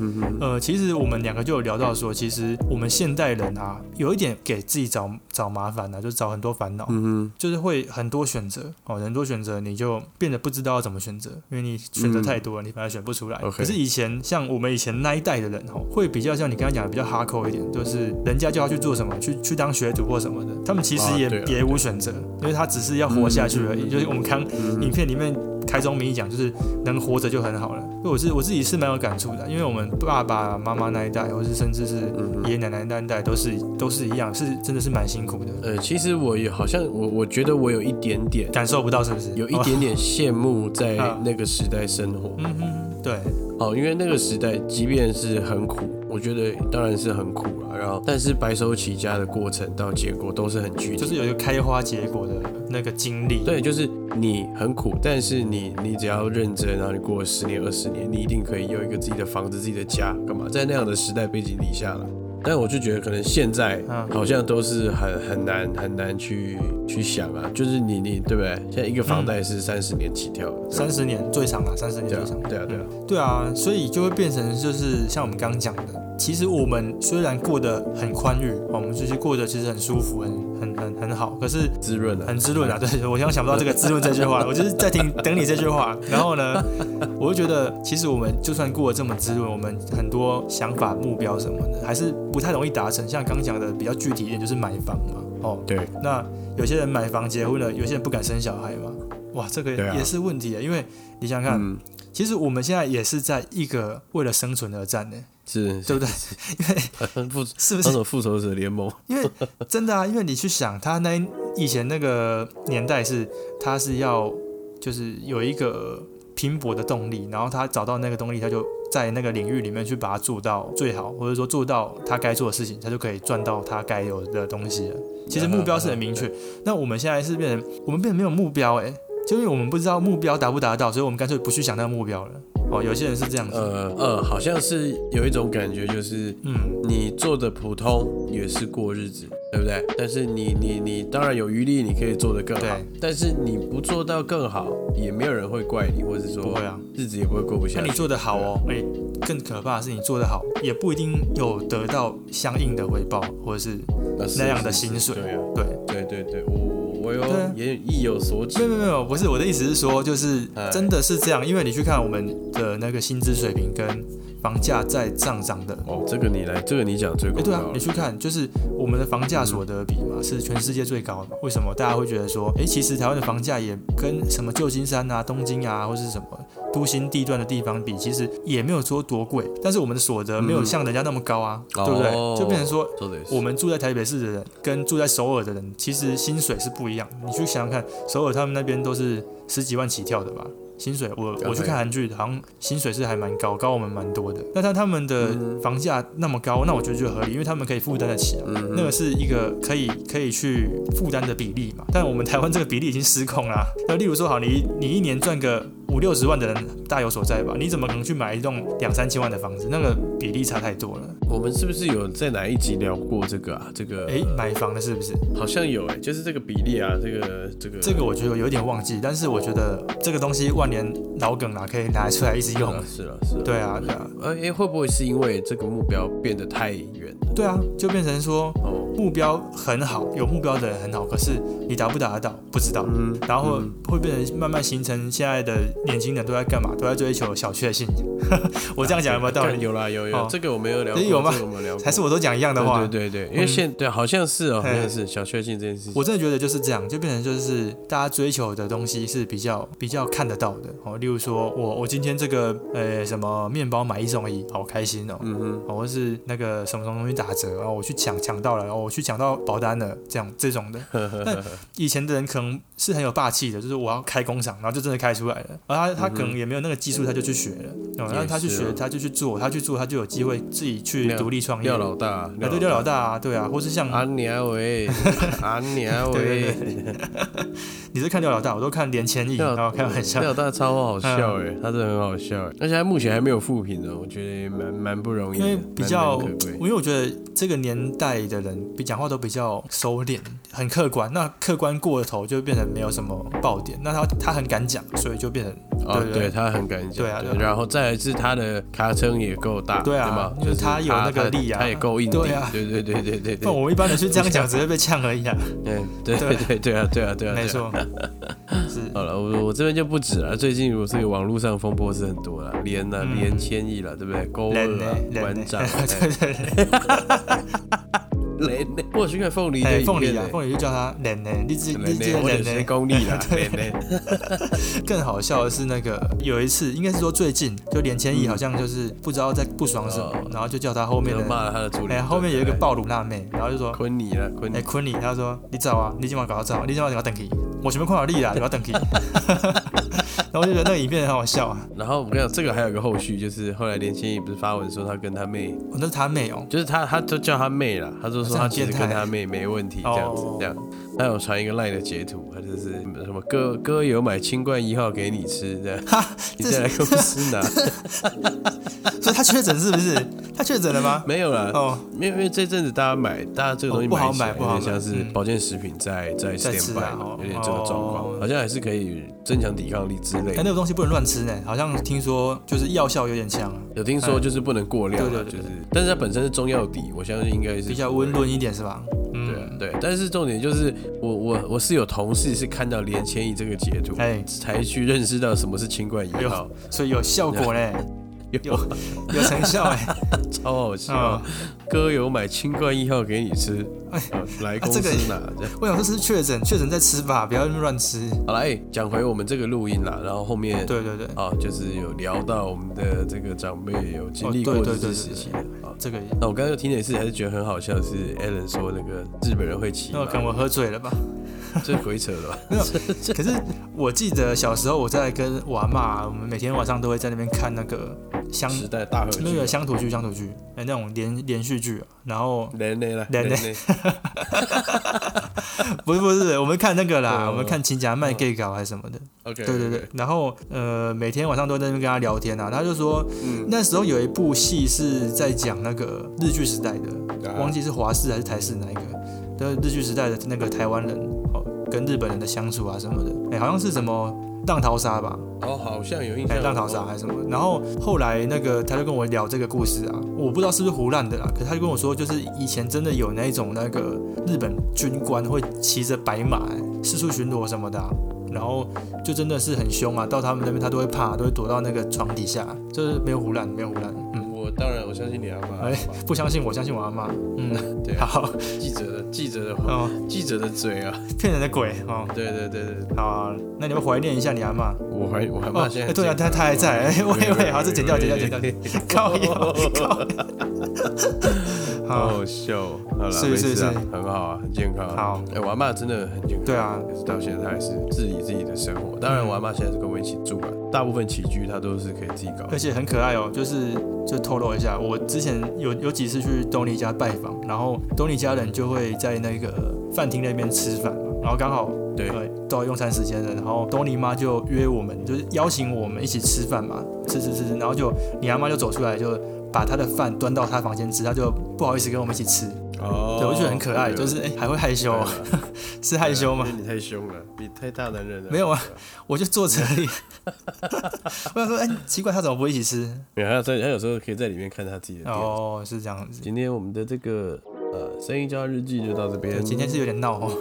Speaker 2: 呃，其实我们两个就有聊到说，其实我们现代人啊，有一点给自己找找麻烦啊，就找很多烦恼，
Speaker 1: 嗯
Speaker 2: 就是会很多选择哦，很多选择你就变得不知道要怎么选择，因为你选择太多了，你反而选不出来。
Speaker 1: 嗯 OK
Speaker 2: 可是以前像我们以前那一代的人哦，会比较像你刚刚讲的比较哈扣一点，就是人家叫他去做什么，去去当学徒或什么的，他们其实
Speaker 1: 啊
Speaker 2: 也、
Speaker 1: 对啊嗯
Speaker 2: 也无选择，因为他只是要活下去而已。就是我们刚影片里面开宗明义讲，就是能活着就很好了。所以我是我自己是蛮有感触的，因为我们爸爸妈妈那一代，或是甚至是
Speaker 1: 嗯
Speaker 2: 爷爷奶奶那一代，都是都是一样，是真的是蛮辛苦的，
Speaker 1: 呃，其实我也好像我我觉得我有一点点
Speaker 2: 感受不到是不是？
Speaker 1: 有一
Speaker 2: 哦
Speaker 1: 点点羡慕在那个时代生活。
Speaker 2: 嗯哼，对，
Speaker 1: 哦，因为那个时代，即便是很苦，我觉得当然是很苦啊。然后，但是白手起家的过程到结果都是很具体的，
Speaker 2: 就是有一个开花结果的那个经历。
Speaker 1: 对，就是你很苦，但是你你只要认真，啊然后你过了十年二十年，你一定可以有一个自己的房子、自己的家，干嘛？在那样的时代背景底下了。但我就觉得，可能现在
Speaker 2: 嗯
Speaker 1: 好像都是很很难很难去去想啊，就是你你对不对？现在一个房贷
Speaker 2: 嗯
Speaker 1: 是三十年起跳的，
Speaker 2: 三十年最长了，三十年
Speaker 1: 对啊
Speaker 2: 最长。
Speaker 1: 对啊对啊
Speaker 2: 嗯对啊，所以就会变成就是像我们刚刚讲的，其实我们虽然过得很宽裕，哦我们就是过得其实很舒服，很很很很好，可是
Speaker 1: 滋润啊，
Speaker 2: 很滋润啊。对，我刚刚想不到这个滋润这 句话，我就是在听等你这句话。然后呢，我就觉得其实我们就算过得这么滋润，我们很多想法、目标什么的，还是不太容易达成。像刚讲的比较具体一点，就是买房嘛。哦，
Speaker 1: 对，
Speaker 2: 那有些人买房结婚了，有些人不敢生小孩嘛。哇，这个
Speaker 1: 对啊
Speaker 2: 也是问题耶，因为你想想看，
Speaker 1: 嗯，
Speaker 2: 其实我们现在也是在一个为了生存而战呢，
Speaker 1: 是
Speaker 2: 对不对？
Speaker 1: 复
Speaker 2: 是不
Speaker 1: 那
Speaker 2: 是？
Speaker 1: 种复仇者联盟，
Speaker 2: 因为真的啊，因为你去想，他那一以前那个年代是，他是要就是有一个拼搏的动力，然后他找到那个动力，他就在那个领域里面去把它做到最好，或者说做到他该做的事情，他就可以赚到他该有的东西了。其实目标是很明确，那我们现在是变成我们变得没有目标诶、就因为我们不知道目标达不达到，所以我们干脆不去想那个目标了。哦，有些人是这样子，
Speaker 1: 呃呃，好像是有一种感觉，就是
Speaker 2: 嗯，
Speaker 1: 你做的普通也是过日子，对不对？但是你你你当然有余力，你可以做得更好
Speaker 2: 对。
Speaker 1: 但是你不做到更好，也没有人会怪你，或者说
Speaker 2: 不会啊
Speaker 1: 日子也不会过不下
Speaker 2: 那
Speaker 1: 去。
Speaker 2: 你做得好哦，
Speaker 1: 啊
Speaker 2: 哎、更可怕的是你做得好，也不一定有得到相应的回报，或者是
Speaker 1: 那是
Speaker 2: 那样的
Speaker 1: 是
Speaker 2: 薪水
Speaker 1: 是对啊，
Speaker 2: 对，
Speaker 1: 对对对，我我我有
Speaker 2: 对啊
Speaker 1: 也意有所指
Speaker 2: 没有。没有没有，不是我的意思是说，就是
Speaker 1: 哎
Speaker 2: 真的是这样，因为你去看我们的那个薪资水平跟房价在上涨的。
Speaker 1: 哦，这个你来，这个你讲最
Speaker 2: 哎、
Speaker 1: 公
Speaker 2: 对啊
Speaker 1: 道，嗯了
Speaker 2: 你。去看，就是我们的房价所得比嘛，是全世界最高的嘛。为什么大家会觉得说，哎、其实台湾的房价也跟什么旧金山啊、东京啊，或是什么都心地段的地方比，其实也没有说多贵，但是我们的所得没有像人家那么高啊，对不对？
Speaker 1: 嗯哦
Speaker 2: 就变成说，
Speaker 1: 说的也是
Speaker 2: 我们住在台北市的人跟住在首尔的人，其实薪水是不一样的。你去想想看，首尔他们那边都是十几万起跳的吧？薪水，我我去看韩剧，好像薪水是还蛮高，高我们蛮多的。那但他们的房价那么高，那我觉得就合理，因为他们可以负担得起啊。
Speaker 1: 嗯
Speaker 2: 那个是一个可以可以去负担的比例嘛。但我们台湾这个比例已经失控啦。那例如说，好，你你一年赚个五六十万的人大有所在吧？你怎么可能去买一栋两三千万的房子？那个比例差太多了。
Speaker 1: 我们是不是有在哪一集聊过这个啊？这个
Speaker 2: 诶，买房的是不是？
Speaker 1: 好像有诶，就是这个比例啊，这个这个
Speaker 2: 这个我觉得有点忘记，但是我觉得这个东西万年老梗啊啦，可以拿出来一直用。
Speaker 1: 啊是了是了。
Speaker 2: 对啊，对啊，
Speaker 1: 呃，诶，会不会是因为这个目标变得太远了？
Speaker 2: 对啊，就变成说
Speaker 1: 哦，
Speaker 2: 目标很好，有目标的人很好，可是你达不达得到不知
Speaker 1: 嗯
Speaker 2: 道，然后会变成慢慢形成现在的年轻人都在干嘛？都在追求小确幸。 我这样讲有没有道
Speaker 1: 啊干
Speaker 2: 理？
Speaker 1: 有啦有有，
Speaker 2: 哦
Speaker 1: 这个我没有聊
Speaker 2: 诶
Speaker 1: 过，
Speaker 2: 有吗
Speaker 1: 这个我们聊过，
Speaker 2: 还是我都讲一样的话？
Speaker 1: 对对对对，因为现对好像是哦，好
Speaker 2: 嘿
Speaker 1: 像是小确幸这件事情。
Speaker 2: 我真的觉得就是这样，就变成就是大家追求的东西是比较比较看得到的哦。例如说我我今天这个呃什么面包买一送一，好开心哦。嗯嗯。或是那个什么什么东西打折，然哦后我去抢抢到了，然后我去抢到保单了，这样 这种的。但以前的人可能是很有霸气的，就是我要开工厂，然后就真的开出来了。而他他可能也没有那个技术，他就去学了，哦然后他
Speaker 1: 嗯
Speaker 2: 去
Speaker 1: 也是啊
Speaker 2: 学，他就去做，他去做，他就有机会自己去
Speaker 1: 廖
Speaker 2: 独立创业。
Speaker 1: 廖老大，
Speaker 2: 啊，对，廖老大啊，对啊，或是像
Speaker 1: 阿娘 喂，阿娘
Speaker 2: 对
Speaker 1: 喂，
Speaker 2: 你是看廖老大，我都看连千亿，
Speaker 1: 廖
Speaker 2: 然后开玩笑嗯
Speaker 1: 廖。老大超好笑哎，他真的很好笑哎，而且他目前还没有复评哦呢，我觉得也蛮蛮不容易
Speaker 2: 因
Speaker 1: 的，
Speaker 2: 为比较，
Speaker 1: 蛮难可
Speaker 2: 因
Speaker 1: 贵。
Speaker 2: 为我觉得这个年代的人比讲话都比较收敛，很客观。那客观过了头，就变成没有什么爆点。那他他很敢讲，所以就变成
Speaker 1: 哦
Speaker 2: 对，对
Speaker 1: 对他很敢讲，
Speaker 2: 对啊对啊
Speaker 1: 然后再来是他的卡称也够大，
Speaker 2: 对啊
Speaker 1: 吗？
Speaker 2: 因
Speaker 1: 就
Speaker 2: 为
Speaker 1: 是
Speaker 2: 他有那个力啊
Speaker 1: 他也够硬，
Speaker 2: 对啊
Speaker 1: 对对对对对
Speaker 2: 不
Speaker 1: 对，
Speaker 2: 然我们一般人去这样讲，直接被呛而已啊。
Speaker 1: 嗯，对对对对啊对啊 对啊，
Speaker 2: 没
Speaker 1: 对啊
Speaker 2: 错，是
Speaker 1: 好了，我我这边就不止了。最近我这个网络上风波是很多了，连呐、
Speaker 2: 嗯
Speaker 1: 连千亿了，对不对？勾二
Speaker 2: 人呢
Speaker 1: 啊，，
Speaker 2: 人
Speaker 1: 馆
Speaker 2: 呢，
Speaker 1: 长，
Speaker 2: 对对对，
Speaker 1: 连呢，我有去看凤梨的
Speaker 2: 哎，
Speaker 1: 影
Speaker 2: 凤梨
Speaker 1: 片
Speaker 2: 啊，
Speaker 1: 呢
Speaker 2: 凤梨就叫他人呢，荔枝荔
Speaker 1: 连
Speaker 2: 枝
Speaker 1: 呢，我也
Speaker 2: 人
Speaker 1: 是
Speaker 2: 呢。
Speaker 1: 功力啦，连呢，
Speaker 2: 更好笑的是那个有一次，应该是说最近，就连千亿好像就是不知道在不爽什么
Speaker 1: 哦，
Speaker 2: 然后就叫他后面
Speaker 1: 就
Speaker 2: 的
Speaker 1: 骂了他的助理。
Speaker 2: 哎，后面有一个暴乳辣妹，然后就说
Speaker 1: 昆尼了，昆
Speaker 2: 哎、
Speaker 1: 尼，
Speaker 2: 昆你，他说你走啊，你今晚搞到走，你今晚搞等去，我前面看到 你啦，你要等去。 然后我就觉得那个影片很好笑啊，
Speaker 1: 然后我跟你讲，这个还有个后续，就是后来连千亿不是发文说他跟他妹，
Speaker 2: 哦、那是他妹哦，
Speaker 1: 就是他他都叫他妹啦，他就说他其实跟他妹没问题这样子
Speaker 2: 哦
Speaker 1: 这样。他有传一个 line 的截图，他就是什么哥哥有买清冠一号给你吃 这样，你再来公司拿。
Speaker 2: 所以他确诊是不 是？他确诊了吗？
Speaker 1: 没有啦，
Speaker 2: 哦，
Speaker 1: 没有，因为这阵子大家买，大家这个东西
Speaker 2: 哦不好
Speaker 1: 起来
Speaker 2: 买不
Speaker 1: 有
Speaker 2: 好
Speaker 1: 点
Speaker 2: 买
Speaker 1: 像是
Speaker 2: 嗯
Speaker 1: 保健食品在在
Speaker 2: 在
Speaker 1: stand
Speaker 2: 吃
Speaker 1: by，
Speaker 2: 啊
Speaker 1: 嘛
Speaker 2: 哦
Speaker 1: 有点这个状
Speaker 2: 哦
Speaker 1: 况，好像还是可以增强抵抗力之类
Speaker 2: 哎、
Speaker 1: 的
Speaker 2: 那。个东西不能乱吃呢，好像听说就是药效有点强，啊
Speaker 1: 有听说就是不能过量
Speaker 2: 对
Speaker 1: 啊，
Speaker 2: 对
Speaker 1: 就是，
Speaker 2: 对
Speaker 1: 但是它本身是中药底，我相信应该是
Speaker 2: 比较温。润一点是吧？嗯
Speaker 1: 对啊，对，但是重点就是我我我是有同事是看到连千亿这个截图，
Speaker 2: 哎
Speaker 1: 才去认识到什么是清冠一号
Speaker 2: 有，，所以有效果嘞，
Speaker 1: 有
Speaker 2: 有成效哎、
Speaker 1: 超好笑
Speaker 2: 啊。哎
Speaker 1: 哥有买清冠一号给你吃，呃来公司
Speaker 2: 啊这个
Speaker 1: 拿。这样
Speaker 2: 我想说是不是确诊，确诊再吃吧，不要那么乱吃。
Speaker 1: 好来讲回我们这个录音啦，然后后面
Speaker 2: 对对对，
Speaker 1: 啊，就是有聊到我们的这个长辈有经
Speaker 2: 哦
Speaker 1: 历
Speaker 2: 对
Speaker 1: 过
Speaker 2: 对
Speaker 1: 日
Speaker 2: 对对
Speaker 1: 治时期的啊。
Speaker 2: 这个也
Speaker 1: 那我刚刚又听了一次，还是觉得很好笑，是 Alan 说那个日本人会骑
Speaker 2: 那
Speaker 1: 马
Speaker 2: 可，能我喝醉了吧。
Speaker 1: 这鬼扯了吧？
Speaker 2: 可是我记得小时候我在跟我阿妈，我们每天晚上都会在那边看那个乡
Speaker 1: 时代大合剧，
Speaker 2: 那个乡土剧、乡土剧，哎，那种连连续剧啊。然后
Speaker 1: 人类了，
Speaker 2: 人类
Speaker 1: 类
Speaker 2: 不是不是，我们看那个啦，
Speaker 1: 哦
Speaker 2: 我们看《秦家卖 gay 稿》还是什么的。
Speaker 1: ，OK，
Speaker 2: 对对对，，然后呃，每天晚上都在那边跟他聊天啊。他就说，那时候有一部戏是在讲那个日剧时代的，
Speaker 1: 啊
Speaker 2: 忘记是华视还是台视哪一个，的日剧时代的那个台湾人哦，跟日本人的相处啊什么的。哎，好像是什么浪淘沙吧？
Speaker 1: 哦，好像有印
Speaker 2: 哎，
Speaker 1: 象，
Speaker 2: 浪淘沙还是什么？然后后来那个他就跟我聊这个故事啊，我不知道是不是胡乱的啦，可是他就跟我说，就是以前真的有那一种那个日本军官会骑着白马、哎四处巡逻什么的啊、然后就真的是很凶啊，到他们那边他都会怕，都会躲到那个床底下，就是没有胡乱，没有胡乱，嗯，
Speaker 1: 我当然我相信你阿妈
Speaker 2: 哎，不相信我相信我阿妈，嗯，
Speaker 1: 对啊，
Speaker 2: 好，
Speaker 1: 记者的记者的话
Speaker 2: 哦，
Speaker 1: 记者的嘴啊，
Speaker 2: 骗人的鬼哦。
Speaker 1: 对对对对，
Speaker 2: 好，啊那你们怀念一下你阿妈
Speaker 1: 我还我还
Speaker 2: 哦
Speaker 1: 妈现在，
Speaker 2: 对啊，他他还在，哎，喂喂，好，这剪掉，剪掉，剪掉， 靠腰，靠，
Speaker 1: 好
Speaker 2: 好，
Speaker 1: 好笑哦哦，好了，
Speaker 2: 是
Speaker 1: 没
Speaker 2: 是
Speaker 1: 事啊
Speaker 2: 是
Speaker 1: 很好啊，很健康啊。
Speaker 2: 好
Speaker 1: 哎、我阿妈真的很健康，
Speaker 2: 对嗯啊，
Speaker 1: 可是到现在她还是自理自己的生活。当然，我阿妈现在是跟我一起住了，大部分起居她都是可以自己搞
Speaker 2: 而。且很可爱哦，就是就透露一下，我之前有有几次去东尼家拜访，然后东尼家人就会在那个饭厅那边吃饭嘛，然后刚好
Speaker 1: 对
Speaker 2: 呃到用餐时间了，然后东尼妈就约我们，就是邀请我们一起吃饭嘛，吃吃吃吃，然后就你阿妈就走出来就。把她的饭端到她房间吃，她就不好意思跟我们一起吃，
Speaker 1: 哦
Speaker 2: 对我就觉得很可爱，就是哎、还会害羞、哦， 是害羞吗？
Speaker 1: 因啊为你太凶了，你太大男人了。
Speaker 2: 没有啊，我就坐这里。 我想说，哎、奇怪，他怎么不一起吃？
Speaker 1: 没有，她在她有时候可以在里面看她自己的电视。
Speaker 2: 哦，是这样子。
Speaker 1: 今天我们的这个呃声音交换日记就到这边。
Speaker 2: 今天是有点闹哦。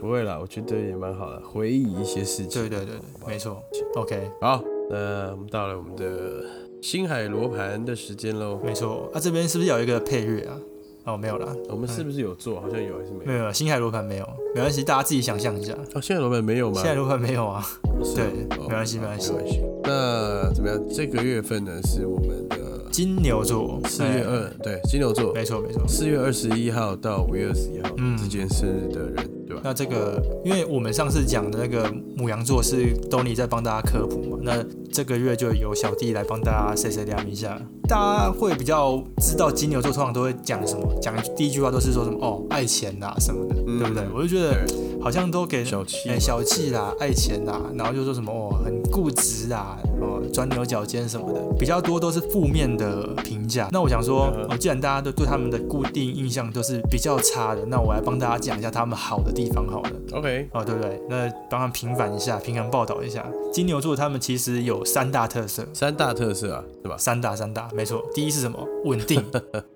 Speaker 1: 不会啦，我觉得也蛮好的，回忆一些事情。
Speaker 2: 对对对对，没错。OK，
Speaker 1: 好，那我们到了我们的星海罗盘的时间喽。
Speaker 2: 没错。啊，这边是不是有一个配乐啊？哦，没有啦，
Speaker 1: 我们是不是有做？好像有还是没
Speaker 2: 没
Speaker 1: 有？
Speaker 2: 有没有，星海罗盘没有，没关系，大家自己想象一下。
Speaker 1: 哦，现在老板没有吗？
Speaker 2: 星海罗盘没有啊，
Speaker 1: 是
Speaker 2: 对
Speaker 1: 哦
Speaker 2: 没关系没关系
Speaker 1: 没关系。那怎么样？这个月份呢是我们的
Speaker 2: 金牛座，
Speaker 1: 四月
Speaker 2: 哎，
Speaker 1: 二，对，金牛座，
Speaker 2: 没错没错，
Speaker 1: 四月二十一号到五月二十一号
Speaker 2: 嗯
Speaker 1: 之间生日的人，就对吧？
Speaker 2: 那这个，因为我们上次讲的那个母羊座是 Tony 在帮大家科普嘛，那这个月就由小弟来帮大家碎碎念一下。大家会比较知道金牛座通常都会讲什么，讲第一句话都是说什么哦爱钱呐、什么的，
Speaker 1: 嗯
Speaker 2: 对不对？我就觉得好像都给
Speaker 1: 小气
Speaker 2: 哎
Speaker 1: 嘛
Speaker 2: 小气啦，爱钱啦，然后就说什么哦很固执啦，哦钻牛角尖什么的，比较多都是负面的评价。那我想说，
Speaker 1: 嗯
Speaker 2: 哦，既然大家都对他们的固定印象都是比较差的，那我来帮大家讲一下他们好的地方好了。
Speaker 1: OK，
Speaker 2: 哦，对不对？那帮他们平反一下，平衡报道一下。金牛座他们其实有三大特色，
Speaker 1: 三大特色啊，对吧
Speaker 2: 三大三大，没错。第一是什么？稳 定。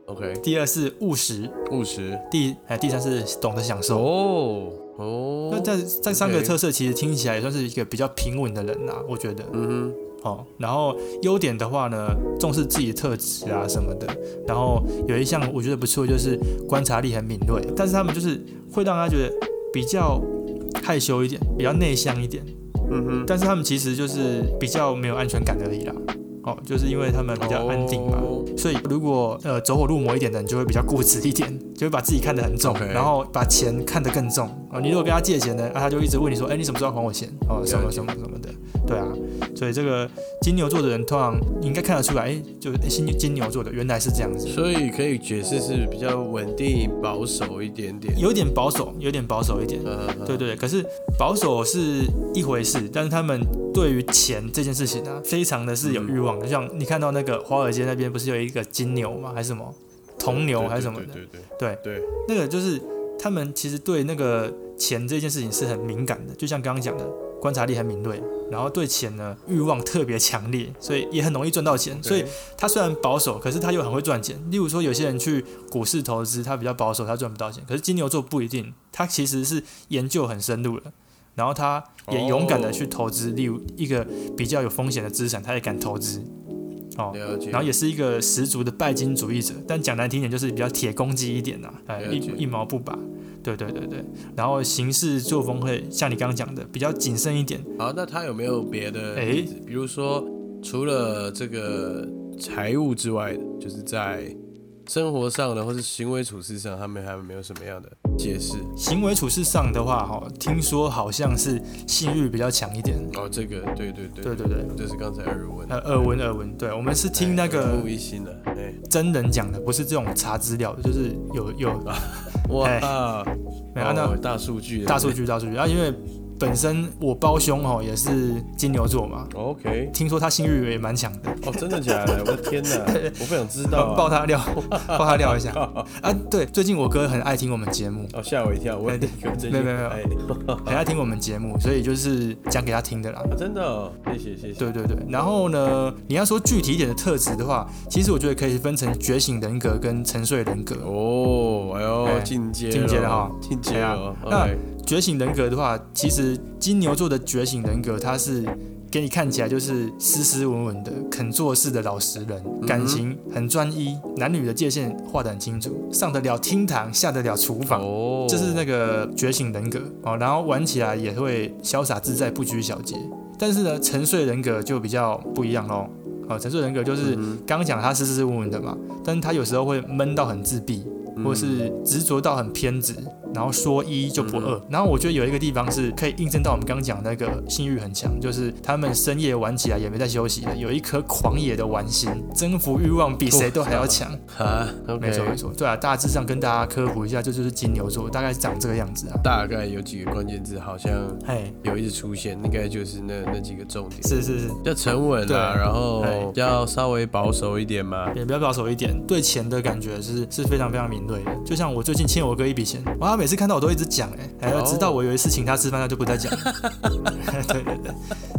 Speaker 1: ？OK，
Speaker 2: 第二是务实。
Speaker 1: 务实
Speaker 2: 第哎，第三是懂得享受。
Speaker 1: 哦
Speaker 2: 那
Speaker 1: 哦，
Speaker 2: 这这三个
Speaker 1: OK
Speaker 2: 特色其实听起来也算是一个比较平稳的人啦、我觉得。
Speaker 1: 嗯
Speaker 2: 哦，然后优点的话呢，重视自己的特质啊什么的。然后有一项我觉得不错，就是观察力很敏锐，但是他们就是会让他觉得比较害羞一点，比较内向一点。
Speaker 1: 哼，嗯哼，
Speaker 2: 但是他们其实就是比较没有安全感而已啦。哦，就是因为他们比较安定嘛，
Speaker 1: 哦
Speaker 2: 所以如果呃走火入魔一点的人，就会比较固执一点，就会把自己看得很重
Speaker 1: OK 嗯
Speaker 2: 然后把钱看得更重。哦，你如果跟他借钱呢，啊、他就一直问你说，哎，你什么时候要还我钱？哦，什么
Speaker 1: 了解
Speaker 2: 什么什么的，对啊。所以这个金牛座的人，通常你应该看得出来，哎，就是哎金金牛座的原来是这样子，
Speaker 1: 所以可以解释是比较稳定、保守一点点。
Speaker 2: 有点保守，有点保守一点。
Speaker 1: 呃，
Speaker 2: 对对，对可是保守是一回事，但是他们对于钱这件事情啊，非常的是有欲
Speaker 1: 嗯
Speaker 2: 望的。像你看到那个华尔街那边不是有一个金牛吗？还是什么铜牛还是什么的？
Speaker 1: 对对
Speaker 2: 对
Speaker 1: 对对，
Speaker 2: 那个就是他们其实对那个钱这件事情是很敏感的，就像刚刚讲的，观察力很敏锐，然后对钱呢欲望特别强烈，所以也很容易赚到钱。所以他虽然保守，可是他又很会赚钱。例如说，有些人去股市投资，他比较保守，他赚不到钱。可是金牛座不一定，他其实是研究很深入了。然后他也勇敢的去投资，例如一个比较有风险的资产，他也敢投资。哦，
Speaker 1: 了解。
Speaker 2: 然后也是一个十足的拜金主义者，但讲难听点就是比较铁公鸡一点呐、啊，哎，
Speaker 1: 了
Speaker 2: 一
Speaker 1: 解
Speaker 2: 一毛不拔。对对对对，然后行事作风会像你刚刚讲的比较谨慎一点，
Speaker 1: 好，那他有没有别的
Speaker 2: 哎
Speaker 1: 例子？比如说，除了这个财务之外，就是在生活上的或是行为处事上，他们还有没有什么样的解释？
Speaker 2: 行为处事上的话，哈，听说好像是性欲比较强一点。
Speaker 1: 哦，这个，对对对
Speaker 2: 对对对，
Speaker 1: 这是刚才耳闻
Speaker 2: 呃，耳闻耳闻，对我们是听那
Speaker 1: 哎耳
Speaker 2: 个
Speaker 1: 目一新的，哎，
Speaker 2: 真人讲的，不是这种查资料的，就是有有，哎
Speaker 1: 哇，
Speaker 2: 没有啊那
Speaker 1: 啊哦大数据，
Speaker 2: 大数据大数据啊，因为本身我胞兄哦也是金牛座嘛，
Speaker 1: ，OK，
Speaker 2: 听说他性欲也蛮强的，
Speaker 1: 哦，真的 假的？我的天哪，我不想知道、
Speaker 2: 爆爆
Speaker 1: 啊，
Speaker 2: 他料，爆他料一下啊！对，最近我哥很爱听我们节目，
Speaker 1: 哦，吓我一跳，我
Speaker 2: 哎
Speaker 1: 以
Speaker 2: 对
Speaker 1: 为真
Speaker 2: 没有没有没有
Speaker 1: 哎
Speaker 2: 很爱听我们节目，所以就是讲给他听的啦。
Speaker 1: 啊真的、哦，谢谢谢谢，
Speaker 2: 对对对，然后呢，你要说具体一点的特质的话，其实我觉得可以分成觉醒人格跟沉睡人格。
Speaker 1: 哦，哎呦，
Speaker 2: 哎
Speaker 1: 进阶
Speaker 2: 进阶了哈
Speaker 1: 进阶
Speaker 2: 哎呀
Speaker 1: 了。哦
Speaker 2: 那
Speaker 1: OK
Speaker 2: 觉醒人格的话，其实金牛座的觉醒人格，他是给你看起来就是斯斯文文的、肯做事的老实人，感情很专一，男女的界限画得很清楚，上得了厅堂，下得了厨房。
Speaker 1: 哦，
Speaker 2: 就是那个觉醒人格哦，然后玩起来也会潇洒自在，不拘小节。但是呢，沉睡人格就比较不一样喽。哦，沉睡人格就是刚刚讲他斯斯文文的嘛，但是他有时候会闷到很自闭，或是执着到很偏执，然后说一就不二。然后我觉得有一个地方是可以印证到我们刚刚讲那个性欲很强，就是他们深夜玩起来也没在休息的，有一颗狂野的玩心，征服欲望比谁都还要强。
Speaker 1: 啊，OK，
Speaker 2: 没错没错，对啊，大致上跟大家科普一下，这就是金牛座，大概是长这个样子啊。
Speaker 1: 大概有几个关键字好像
Speaker 2: 哎，
Speaker 1: 有一直出现，应该就是那那几个重点，
Speaker 2: 是是是，
Speaker 1: 比较沉稳
Speaker 2: 对
Speaker 1: 啦，然后
Speaker 2: 哎
Speaker 1: 比较稍微保守一点嘛。
Speaker 2: 也比较保守一点，对钱的感觉是是非常非常敏锐的。就像我最近欠我哥一笔钱，哇，他每次看到我都一直讲、哎，哎，
Speaker 1: 哦
Speaker 2: 直到我有一次请他吃饭，他就不再讲。 对对对，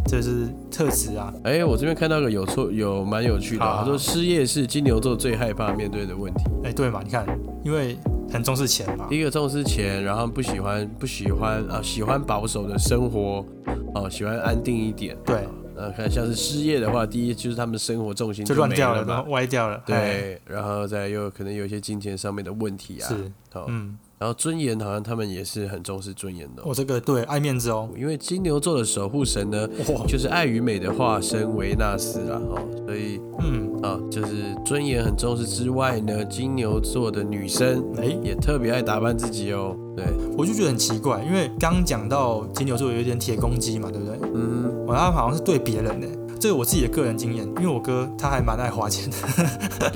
Speaker 2: 这是特质啊。
Speaker 1: 哎，我这边看到个有错有蛮有趣的，啊
Speaker 2: 好
Speaker 1: 他说失业是金牛座最害怕面对的问题。
Speaker 2: 哎，对嘛，你看，因为很重视钱嘛。
Speaker 1: 第一个重视钱，然后不喜欢不喜欢啊，喜欢保守的生活，哦、喜欢安定一点。
Speaker 2: 对，
Speaker 1: 那看像是失业的话，第一就是他们生活重心
Speaker 2: 就乱
Speaker 1: 没
Speaker 2: 掉
Speaker 1: 了
Speaker 2: 了，然
Speaker 1: 嘛
Speaker 2: 后，歪掉了。哎，
Speaker 1: 对，然后再又可能有一些金钱上面的问题啊，
Speaker 2: 是，
Speaker 1: 好、
Speaker 2: 嗯，
Speaker 1: 然后尊严好像他们也是很重视尊严的哦、
Speaker 2: 我这个对爱面子哦。
Speaker 1: 因为金牛座的守护神呢，
Speaker 2: 哇，
Speaker 1: 就是爱与美的化身维纳斯啦，哦，所以
Speaker 2: 嗯，
Speaker 1: 啊，就是尊严很重视之外呢，金牛座的女生
Speaker 2: 哎
Speaker 1: 也特别爱打扮自己哦，对，
Speaker 2: 我就觉得很奇怪，因为刚讲到金牛座有一点铁公鸡嘛，对不对？
Speaker 1: 嗯，
Speaker 2: 我他好像是对别人呢、这个我自己的个人经验，因为我哥他还蛮爱花钱的，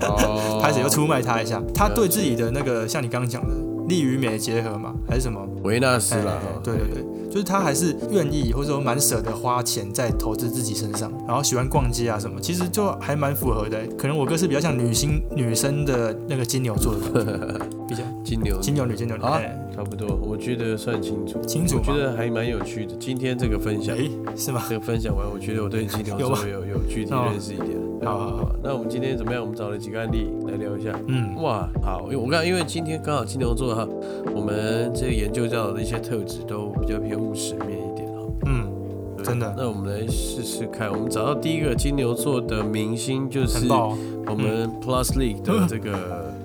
Speaker 1: 哦
Speaker 2: 开始又出卖他一下。他对自己的那个像你刚刚讲的利与美的结合嘛，还是什么？
Speaker 1: 维纳斯啦，哦
Speaker 2: 哎
Speaker 1: 哈，
Speaker 2: 对对对，就是他还是愿意或者说蛮舍得花钱在投资自己身上，然后喜欢逛街啊什么，其实就还蛮符合的欸。可能我哥是比较像女星女生的那个金牛座的感觉， 比较
Speaker 1: 金牛
Speaker 2: 金牛女金牛女。
Speaker 1: 好啊
Speaker 2: 哎，
Speaker 1: 差不多，我觉得算清楚，
Speaker 2: 清楚
Speaker 1: 我
Speaker 2: 吗
Speaker 1: 觉得还蛮有趣的。今天这个分享，
Speaker 2: 诶，是吗？
Speaker 1: 这个分享完，我觉得我对金牛
Speaker 2: 有
Speaker 1: 座
Speaker 2: 吗
Speaker 1: 有有具体
Speaker 2: 哦
Speaker 1: 认识一点。对
Speaker 2: 好好好
Speaker 1: 那我们今天怎么样？我们找了几个案例来聊一下。
Speaker 2: 嗯，
Speaker 1: 哇，好，因为我刚因为今天刚好金牛座哈，我们这个研究到的一些特质都比较偏务实面一点哈。
Speaker 2: 嗯，
Speaker 1: 对不对
Speaker 2: 真的
Speaker 1: 那我们来试试看，我们找到第一个金牛座的明星就是
Speaker 2: 很棒哦
Speaker 1: 我们 Plus League 的这个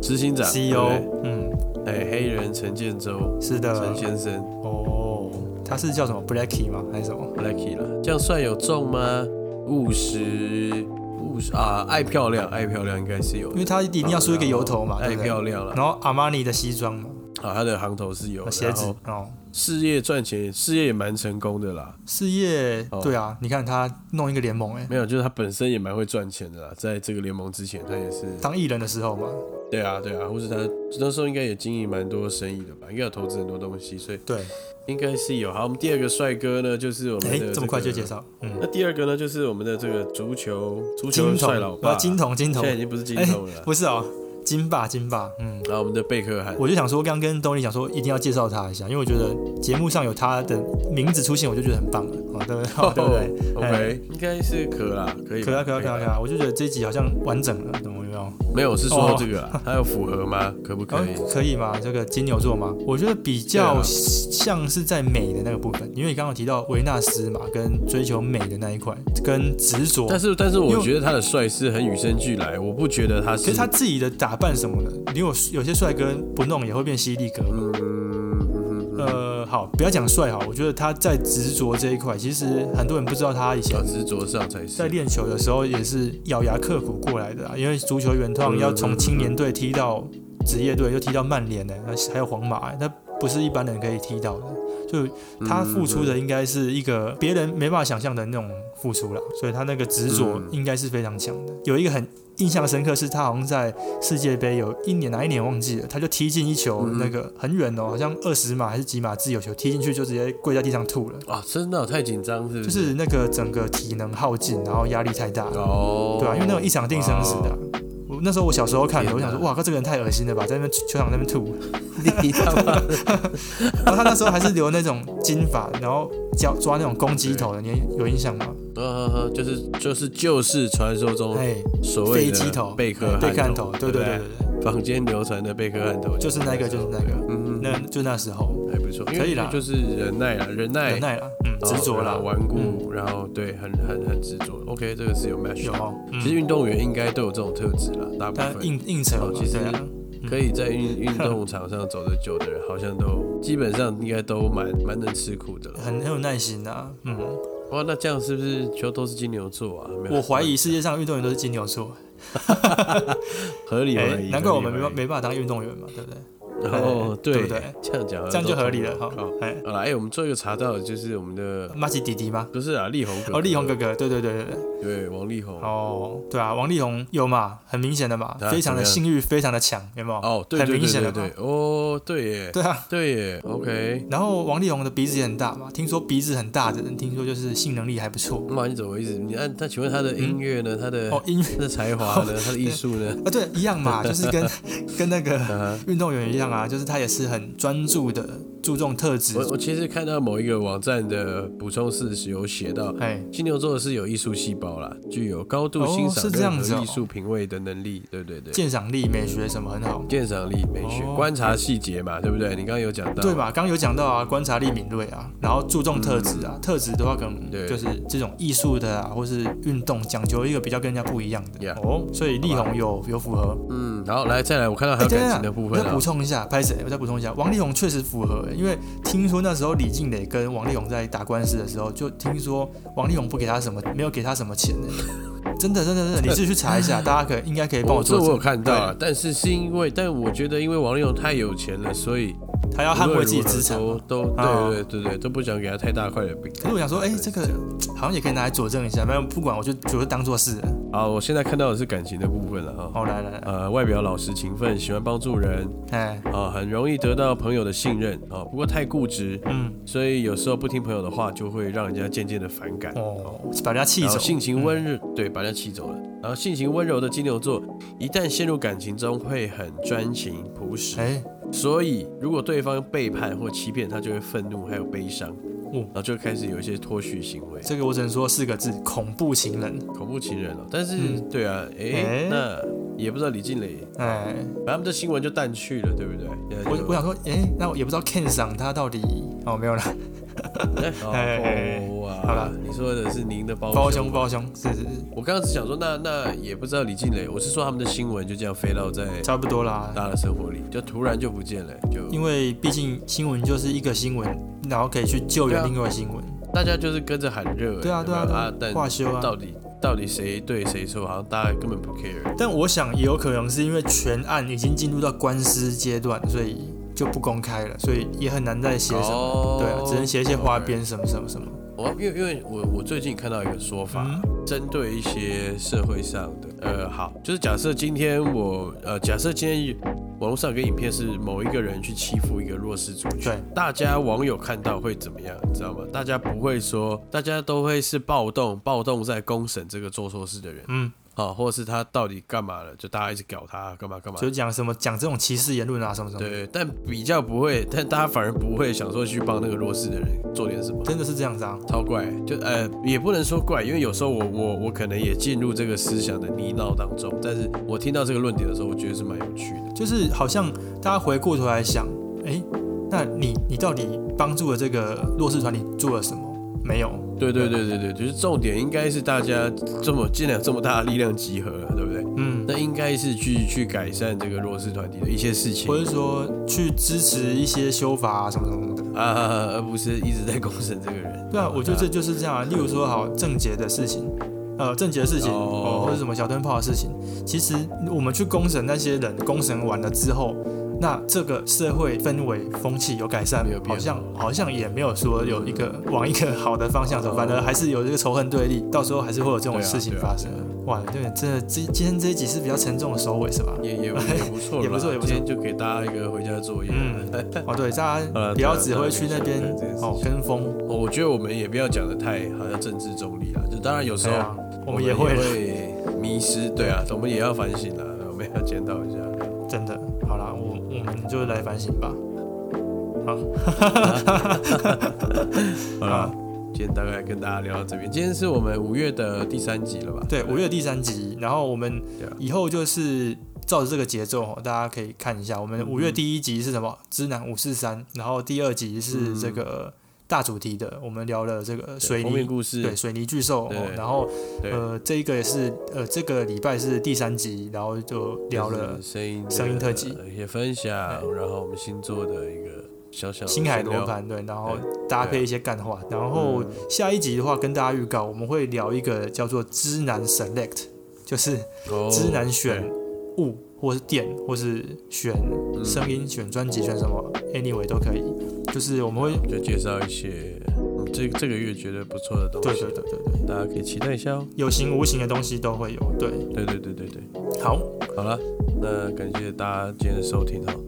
Speaker 1: 执行长
Speaker 2: ，CEO，
Speaker 1: 对不
Speaker 2: 嗯，
Speaker 1: 对哎，黑人陈建州
Speaker 2: 是的
Speaker 1: 陈，先生
Speaker 2: 哦，他是叫什么 Blacky 吗？还是什么？
Speaker 1: Blacky 啦，这样算有中吗？务实，务实啊，爱漂亮，爱漂亮应该是有
Speaker 2: 因，为他一定要梳一个油头嘛，
Speaker 1: 爱
Speaker 2: 对不
Speaker 1: 哎
Speaker 2: 对？
Speaker 1: 漂亮了。
Speaker 2: 然后阿玛尼的西装嘛，
Speaker 1: 啊，他的行头是有，
Speaker 2: 鞋子
Speaker 1: 然后
Speaker 2: 哦，
Speaker 1: 事业赚钱，事业也蛮成功的啦。
Speaker 2: 事业
Speaker 1: 哦
Speaker 2: 对啊，你看他弄一个联盟哎、
Speaker 1: 没有，就是他本身也蛮会赚钱的啦。在这个联盟之前，他也是，
Speaker 2: 当艺人的时候嘛，
Speaker 1: 对啊，对啊，或是他那时候应该也经营蛮多生意的吧，应该有投资很多东西，所以
Speaker 2: 对，
Speaker 1: 应该是有。好，我们第二个帅哥呢，就是我们
Speaker 2: 哎
Speaker 1: 的、，
Speaker 2: 这么快就介。绍，嗯，
Speaker 1: 那第二个呢，就是我们的这个足球足球
Speaker 2: 金
Speaker 1: 帅老
Speaker 2: 童，
Speaker 1: 爸，
Speaker 2: 啊，金童，金
Speaker 1: 现
Speaker 2: 童
Speaker 1: 在，已经不是金
Speaker 2: 哎
Speaker 1: 童了啦。
Speaker 2: 不是哦，金霸，金霸，嗯，
Speaker 1: 然后我们的贝克汉，
Speaker 2: 我就想说，刚跟东尼讲说一定要介绍他一下，因为我觉得节目上有他的名字出现，我就觉得很棒了，哦，对不对？哦对不对？
Speaker 1: o
Speaker 2: 哎
Speaker 1: k 应该是可啦，可以吧，
Speaker 2: 可以啊，可以啊，可以啊，可以
Speaker 1: 吧
Speaker 2: 啊！我就觉得这一集好像完整了，懂我意思吗？
Speaker 1: 哎没有，我是说
Speaker 2: 哦
Speaker 1: 这个啦，他有符合吗？可不可以？
Speaker 2: 可以吗？这个金牛座吗？我觉得比
Speaker 1: 对
Speaker 2: 较
Speaker 1: 啊
Speaker 2: 像是在美的那个部分，因为你刚刚有提到维纳斯嘛，跟追求美的那一块，跟执着。
Speaker 1: 但是，但是
Speaker 2: 因
Speaker 1: 我
Speaker 2: 为
Speaker 1: 觉得他的帅是很与生俱来，我不觉得他
Speaker 2: 其
Speaker 1: 是
Speaker 2: 实他自己的打扮什么的，你有有些帅哥不弄也会变犀利哥。
Speaker 1: 嗯
Speaker 2: 呃，好，不要讲帅哈，我觉得他在执着这一块，其实很多人不知道他以前
Speaker 1: 小执着上才是
Speaker 2: 在。练球的时候也是咬牙刻苦过来的啊，因为足球员
Speaker 1: 嗯
Speaker 2: 通常要从青年队踢到职业队，又踢到曼联呢，那还有皇马、那不是一般人可以踢到的。就
Speaker 1: 嗯
Speaker 2: 他付出的应该是一个别人没办法想象的那种付出了，所以他那个执着应该是非常强的。有一个很印象深刻是，他好像在世界杯有一年哪一年忘记了，他就踢进一球，那个很远哦，好像二十码还是几码自由球，踢进去就直接跪在地上吐了。
Speaker 1: 啊，真的哦、太紧张是不？
Speaker 2: 就是是那个整个体能耗尽，然后压力太大了，
Speaker 1: 哦，
Speaker 2: 对啊，因为那种一场定生死的啊、我那时候我小时候看的，
Speaker 1: 天
Speaker 2: 我
Speaker 1: 哪
Speaker 2: 想说，哇，靠，这个人太恶心了吧，在那边球场那边吐。
Speaker 1: 你他妈的
Speaker 2: 然后他那时候还是留那种金发，然后脚抓那种公鸡头的，你有印象吗？
Speaker 1: 呃，就是就是就是传说中
Speaker 2: 哎，
Speaker 1: 所谓
Speaker 2: 飞机头
Speaker 1: 的，贝克
Speaker 2: 贝克汉头，
Speaker 1: 对
Speaker 2: 对
Speaker 1: 不
Speaker 2: 对对对对，
Speaker 1: 坊间流传的贝克汉头，
Speaker 2: 就是那个，就是那个，
Speaker 1: 嗯，
Speaker 2: 那就那时候
Speaker 1: 还不错，因为
Speaker 2: 可以啦
Speaker 1: 就是忍耐啊，忍耐，
Speaker 2: 忍耐啦，嗯，
Speaker 1: 然
Speaker 2: 执
Speaker 1: 后
Speaker 2: 着啦嗯
Speaker 1: 然后，顽固，然后对，很很很执着。OK，这个是有 match
Speaker 2: 有
Speaker 1: 的。
Speaker 2: 哦，嗯
Speaker 1: 其实运动员应该都有这种特质啦，大部
Speaker 2: 但
Speaker 1: 分。
Speaker 2: 硬硬扯
Speaker 1: 哦
Speaker 2: 嘛，
Speaker 1: 其实
Speaker 2: 对啊
Speaker 1: 可以在运运动场上走得久的人，好像都基本上应该都蛮蛮能吃苦 的了。
Speaker 2: 很很有耐心的啊，嗯，
Speaker 1: 哇，那这样是不是球都是金牛座啊？没有
Speaker 2: 我怀疑世界上运动员都是金牛座，
Speaker 1: 合理怀
Speaker 2: 哎
Speaker 1: 疑，
Speaker 2: 难怪我们
Speaker 1: 合
Speaker 2: 没
Speaker 1: 理怀疑
Speaker 2: 办没办法当运动员嘛，对不对？
Speaker 1: 然后
Speaker 2: 对
Speaker 1: 对
Speaker 2: 不对
Speaker 1: 这样讲
Speaker 2: 这样就合理了哈
Speaker 1: 好，。
Speaker 2: 哎，
Speaker 1: 好了，哎，我们最后一个查到的就是我们的
Speaker 2: 马奇弟弟吗？
Speaker 1: 不是啊，力宏哥
Speaker 2: 哦，力宏哥，哥，对对对对对，
Speaker 1: 对，王力宏。
Speaker 2: 哦，对啊，王力宏有嘛，很明显的嘛，
Speaker 1: 啊
Speaker 2: 非常的
Speaker 1: 怎
Speaker 2: 性欲非常的强，有没有？
Speaker 1: 哦，对
Speaker 2: 很
Speaker 1: 对
Speaker 2: 明
Speaker 1: 对
Speaker 2: 显
Speaker 1: 对
Speaker 2: 的
Speaker 1: 对
Speaker 2: 嘛，，
Speaker 1: 哦，对耶，
Speaker 2: 对啊。
Speaker 1: 对耶，OK。
Speaker 2: 然后王力宏的鼻子也很大嘛，听说鼻子很大的人，听说就是性能力还不错。
Speaker 1: 妈，你怎么一直你按他？请问他的音乐呢？他的
Speaker 2: 哦，音乐
Speaker 1: 他的才华呢？他的艺术呢？
Speaker 2: 啊，对，一样嘛， 就是跟跟那
Speaker 1: 嗯
Speaker 2: 个运动员一样啊，就是他也是很专注的，注重特质
Speaker 1: 我。我其实看到某一个网站的补充事实有写到，
Speaker 2: 哎，
Speaker 1: 金牛座是有艺术细胞啦，具有高度
Speaker 2: 哦
Speaker 1: 欣赏
Speaker 2: 是这
Speaker 1: 任
Speaker 2: 样子
Speaker 1: 何
Speaker 2: 哦
Speaker 1: 艺术品味的能力。对对对，
Speaker 2: 鉴赏力、美学什么很好，
Speaker 1: 鉴赏力、美学、
Speaker 2: 哦
Speaker 1: 观察细节嘛，对不对？你刚刚有讲到，
Speaker 2: 对？嘛？刚刚有讲到啊，观察力敏锐啊，然后注重特质啊，特质的话可能
Speaker 1: 嗯对
Speaker 2: 就是这种艺术的啊，或是运动，讲求一个比较跟人家不一样的
Speaker 1: Yeah
Speaker 2: 哦。所以力
Speaker 1: 好吧
Speaker 2: 宏有有符合。
Speaker 1: 嗯，好，来再来，我看到还
Speaker 2: 哎
Speaker 1: 有
Speaker 2: 等
Speaker 1: 感
Speaker 2: 一
Speaker 1: 情
Speaker 2: 下
Speaker 1: 的部
Speaker 2: 我
Speaker 1: 分
Speaker 2: 再
Speaker 1: 啊
Speaker 2: 补。充一下，拍谁？我再补充一下，王力宏确实符合、因为听说那时候李静蕾跟王力宏在打官司的时候，就听说王力宏不给他什么，没有给他什么钱 呢、真的，真的，真的，你是去查一下，大家可应该可以帮
Speaker 1: 我
Speaker 2: 我做
Speaker 1: 哦这
Speaker 2: 证。
Speaker 1: 我有看到啊，但是是因为，但我觉得因为王力宏太有钱了，所以
Speaker 2: 对他要捍卫自己资产
Speaker 1: 无
Speaker 2: 嘛
Speaker 1: 论。如何
Speaker 2: 啊
Speaker 1: 都都对对对对，都不想给他太大块的饼。
Speaker 2: 可是我想说，哎、这个好像也可以拿来佐证一下，反正不管，我就我就当做是了。
Speaker 1: 好，我现在看到的是感情的部分了哈。
Speaker 2: 好，来来来，
Speaker 1: 呃，外表老实勤奋，喜欢帮助人，
Speaker 2: 哎，
Speaker 1: 啊、很容易得到朋友的信任啊、不过太固执，
Speaker 2: 嗯，
Speaker 1: 所以有时候不听朋友的话，就会让人家渐渐的反感。
Speaker 2: 哦，把人家气
Speaker 1: 然
Speaker 2: 走嗯
Speaker 1: 后，性情温柔，对，把人家气走了。然后性情温柔的金牛座，一旦陷入感情中，会很专情朴实。
Speaker 2: 哎、
Speaker 1: 所以，如果对方背叛或欺骗，他就会愤怒，还有悲伤，
Speaker 2: 哦
Speaker 1: 然后就开始有一些脱序行为，
Speaker 2: 这个我只能说四个字：恐怖情人。
Speaker 1: 恐怖情人了。但是，
Speaker 2: 嗯
Speaker 1: 对啊，哎、
Speaker 2: 哎
Speaker 1: 那也不知道李静蕾，反
Speaker 2: 哎，
Speaker 1: 正他们的新闻就淡去了，对不对？现在就
Speaker 2: 我我想说，哎、那我也不知道 Ken 赏他到底哦，没有了， 哎哎
Speaker 1: 呃哦哇，
Speaker 2: 好了
Speaker 1: 你说的是您的包
Speaker 2: 包
Speaker 1: 兄
Speaker 2: 胸
Speaker 1: 吧
Speaker 2: 包胸，是是是，
Speaker 1: 我刚刚只想说，那那也不知道李静蕾，我是说他们的新闻就这样飞到在
Speaker 2: 差不多啦。
Speaker 1: 大家的生活里，就突然就不见了，就
Speaker 2: 因为毕竟新闻就是一个新闻，然后可以去救援
Speaker 1: 对啊
Speaker 2: 另外一个新闻。
Speaker 1: 大家就是跟着喊热，
Speaker 2: 对啊
Speaker 1: 有没有
Speaker 2: 对啊对啊
Speaker 1: 但
Speaker 2: 罢休啊
Speaker 1: 到底到底谁对谁错，好像大家根本不 care。
Speaker 2: 但我想也有可能是因为全案已经进入到官司阶段，所以就不公开了，所以也很难再写什么。
Speaker 1: 哦
Speaker 2: 对啊，只能写一些花。边什么什么什么。
Speaker 1: 我因为因为我我最近看到一个说法，
Speaker 2: 嗯
Speaker 1: 针对一些社会上的呃，好，就是假设今天我呃，假设今天网络上有个影片是某一个人去欺负一个弱势族群，
Speaker 2: 对，
Speaker 1: 大家网友看到会怎么样，你知道吗？大家不会说，大家都会是暴动，暴动在公审这个做错事的人，
Speaker 2: 嗯，
Speaker 1: 啊，或者是他到底干嘛了，就大家一直搞他干嘛干嘛。
Speaker 2: 就讲什么讲这种歧视言论啊什么什么。，
Speaker 1: 对，但比较不会，但大家反而不会想说去帮那个弱势的人做点什么。
Speaker 2: 真的是这样子啊。
Speaker 1: 超怪，就呃也不能说怪，因为有时候我我我可能也进入这个思想的泥淖当中，但是我听到这个论点的时候，我觉得是蛮有趣的。
Speaker 2: 就是好像大家回过头来想，哎、那你你到底帮助了这个弱势团体做了什么？没有，
Speaker 1: 对对对对对，就是重点应该是大家这么尽量这么大的力量集合了，对不对？
Speaker 2: 嗯，
Speaker 1: 那应该是去去改善这个弱势团体的一些事情
Speaker 2: 或者说去支持一些修法啊什么什么的。
Speaker 1: 啊，而不是一直在公审这个人。
Speaker 2: 对啊，我觉得这就是这样啊。例如说，好正解的事情，呃，正解的事情，
Speaker 1: 哦
Speaker 2: 哦，或者什么小灯泡的事情，其实我们去公审那些人，公审完了之后，那这个社会氛围风气有改善
Speaker 1: 没有，变
Speaker 2: 好像好像也没有说有一个往一个好的方向走，反而还是有这个仇恨对立，到时候还是会有这种
Speaker 1: 对啊
Speaker 2: 事情
Speaker 1: 哦对啊
Speaker 2: 发生。哇，对，真的，今今天这一集是比较沉重的收尾是吧？
Speaker 1: 啊也也也 不错啦，
Speaker 2: 也不错也不错
Speaker 1: 今天就给大家一个回家作业。
Speaker 2: 嗯哦，对，大
Speaker 1: 呃
Speaker 2: 家不要只会去那边
Speaker 1: 对对啊对
Speaker 2: 哦跟风，
Speaker 1: 我我觉得我们也不要讲的太好像政治中立啦，就当然有时
Speaker 2: 对
Speaker 1: 候、
Speaker 2: 啊，我们也会啦
Speaker 1: 迷失，对啊，我们也要反省啊， 我们也要检讨一下。
Speaker 2: 真的，好啦，我我们就来反省吧。好，
Speaker 1: 好
Speaker 2: 啊
Speaker 1: 啦，今天大概跟大家聊到这边，今天是我们五月的第三集了吧？
Speaker 2: 对，五月第三集，然后我们
Speaker 1: 对啊
Speaker 2: 以后就是照着这个节奏哦，大家可以看一下，我
Speaker 1: 嗯
Speaker 2: 们五月第一集是什么？知南五四三，然后第二集是这个大主题的，我们聊了这个
Speaker 1: 嗯对
Speaker 2: 水
Speaker 1: 封面
Speaker 2: 泥。
Speaker 1: 故事，
Speaker 2: 对水泥巨兽，
Speaker 1: 对
Speaker 2: 哦，然后
Speaker 1: 对，
Speaker 2: 呃，这一个也是呃，这个礼拜是第三集，然后就聊了
Speaker 1: 就是声音的
Speaker 2: 声音特辑
Speaker 1: 一些分享，然后我们星座的一个小小的
Speaker 2: 星海罗
Speaker 1: 呃闲聊，哎啊
Speaker 2: 盘，对，然后搭配一些干话，然后
Speaker 1: 嗯
Speaker 2: 下一集的话跟大家预告，我们会聊一个叫做知南 select，就是
Speaker 1: 哦
Speaker 2: 知南选物或是店或是选
Speaker 1: 嗯
Speaker 2: 声音、选专辑、选什么，anyway 都可以，就是我们会，
Speaker 1: 对就介绍一些嗯这这个月觉得不错的东
Speaker 2: 对
Speaker 1: 西，
Speaker 2: 对对对对，
Speaker 1: 大家可以期待一下哦。
Speaker 2: 有形无形的东西都会有，对，
Speaker 1: 对对对对对，
Speaker 2: 好，
Speaker 1: 好了，那感谢大家今天的收听哈。哦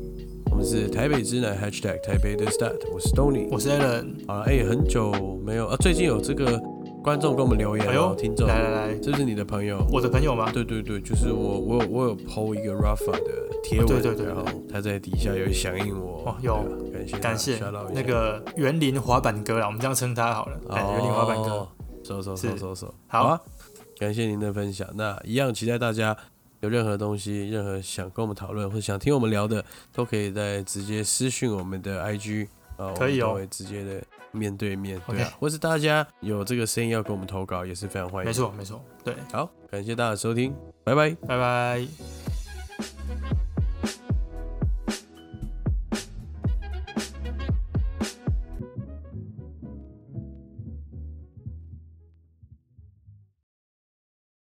Speaker 1: 我们是台北之南 #hashtag 台北的 stat，我是 Tony，
Speaker 2: 我是 Allen，
Speaker 1: 好了，哎、很久没有啊，最近有这个观众给我们留言、哦，
Speaker 2: 哎呦
Speaker 1: 听众，
Speaker 2: 来来来，
Speaker 1: 这是你的朋友，
Speaker 2: 我的朋友吗？
Speaker 1: 对对对，就是我，我有我有 PO 一个 Rafa 的贴文，
Speaker 2: 哦对对对对
Speaker 1: 然后他在底下有响应我，
Speaker 2: 哦有
Speaker 1: 对啊感谢他
Speaker 2: 感谢
Speaker 1: shout out 一下
Speaker 2: 那个园林滑板哥啦，我们这样称他好了，哎，园林滑板哥
Speaker 1: 哦，，收收收
Speaker 2: 是
Speaker 1: 收收，
Speaker 2: 好
Speaker 1: 啊，感谢您的分享，那一样期待大家。有任何东西，任何想跟我们讨论或想听我们聊的，都可以在直接私讯我们的 IG 啊，
Speaker 2: 可以哦
Speaker 1: 我们都会直接的面对面，对啊
Speaker 2: OK
Speaker 1: 或是大家有这个声音要给我们投稿，也是非常欢迎。
Speaker 2: 没，错没错，对，
Speaker 1: 好，感谢大家的收听，拜拜。
Speaker 2: 拜拜。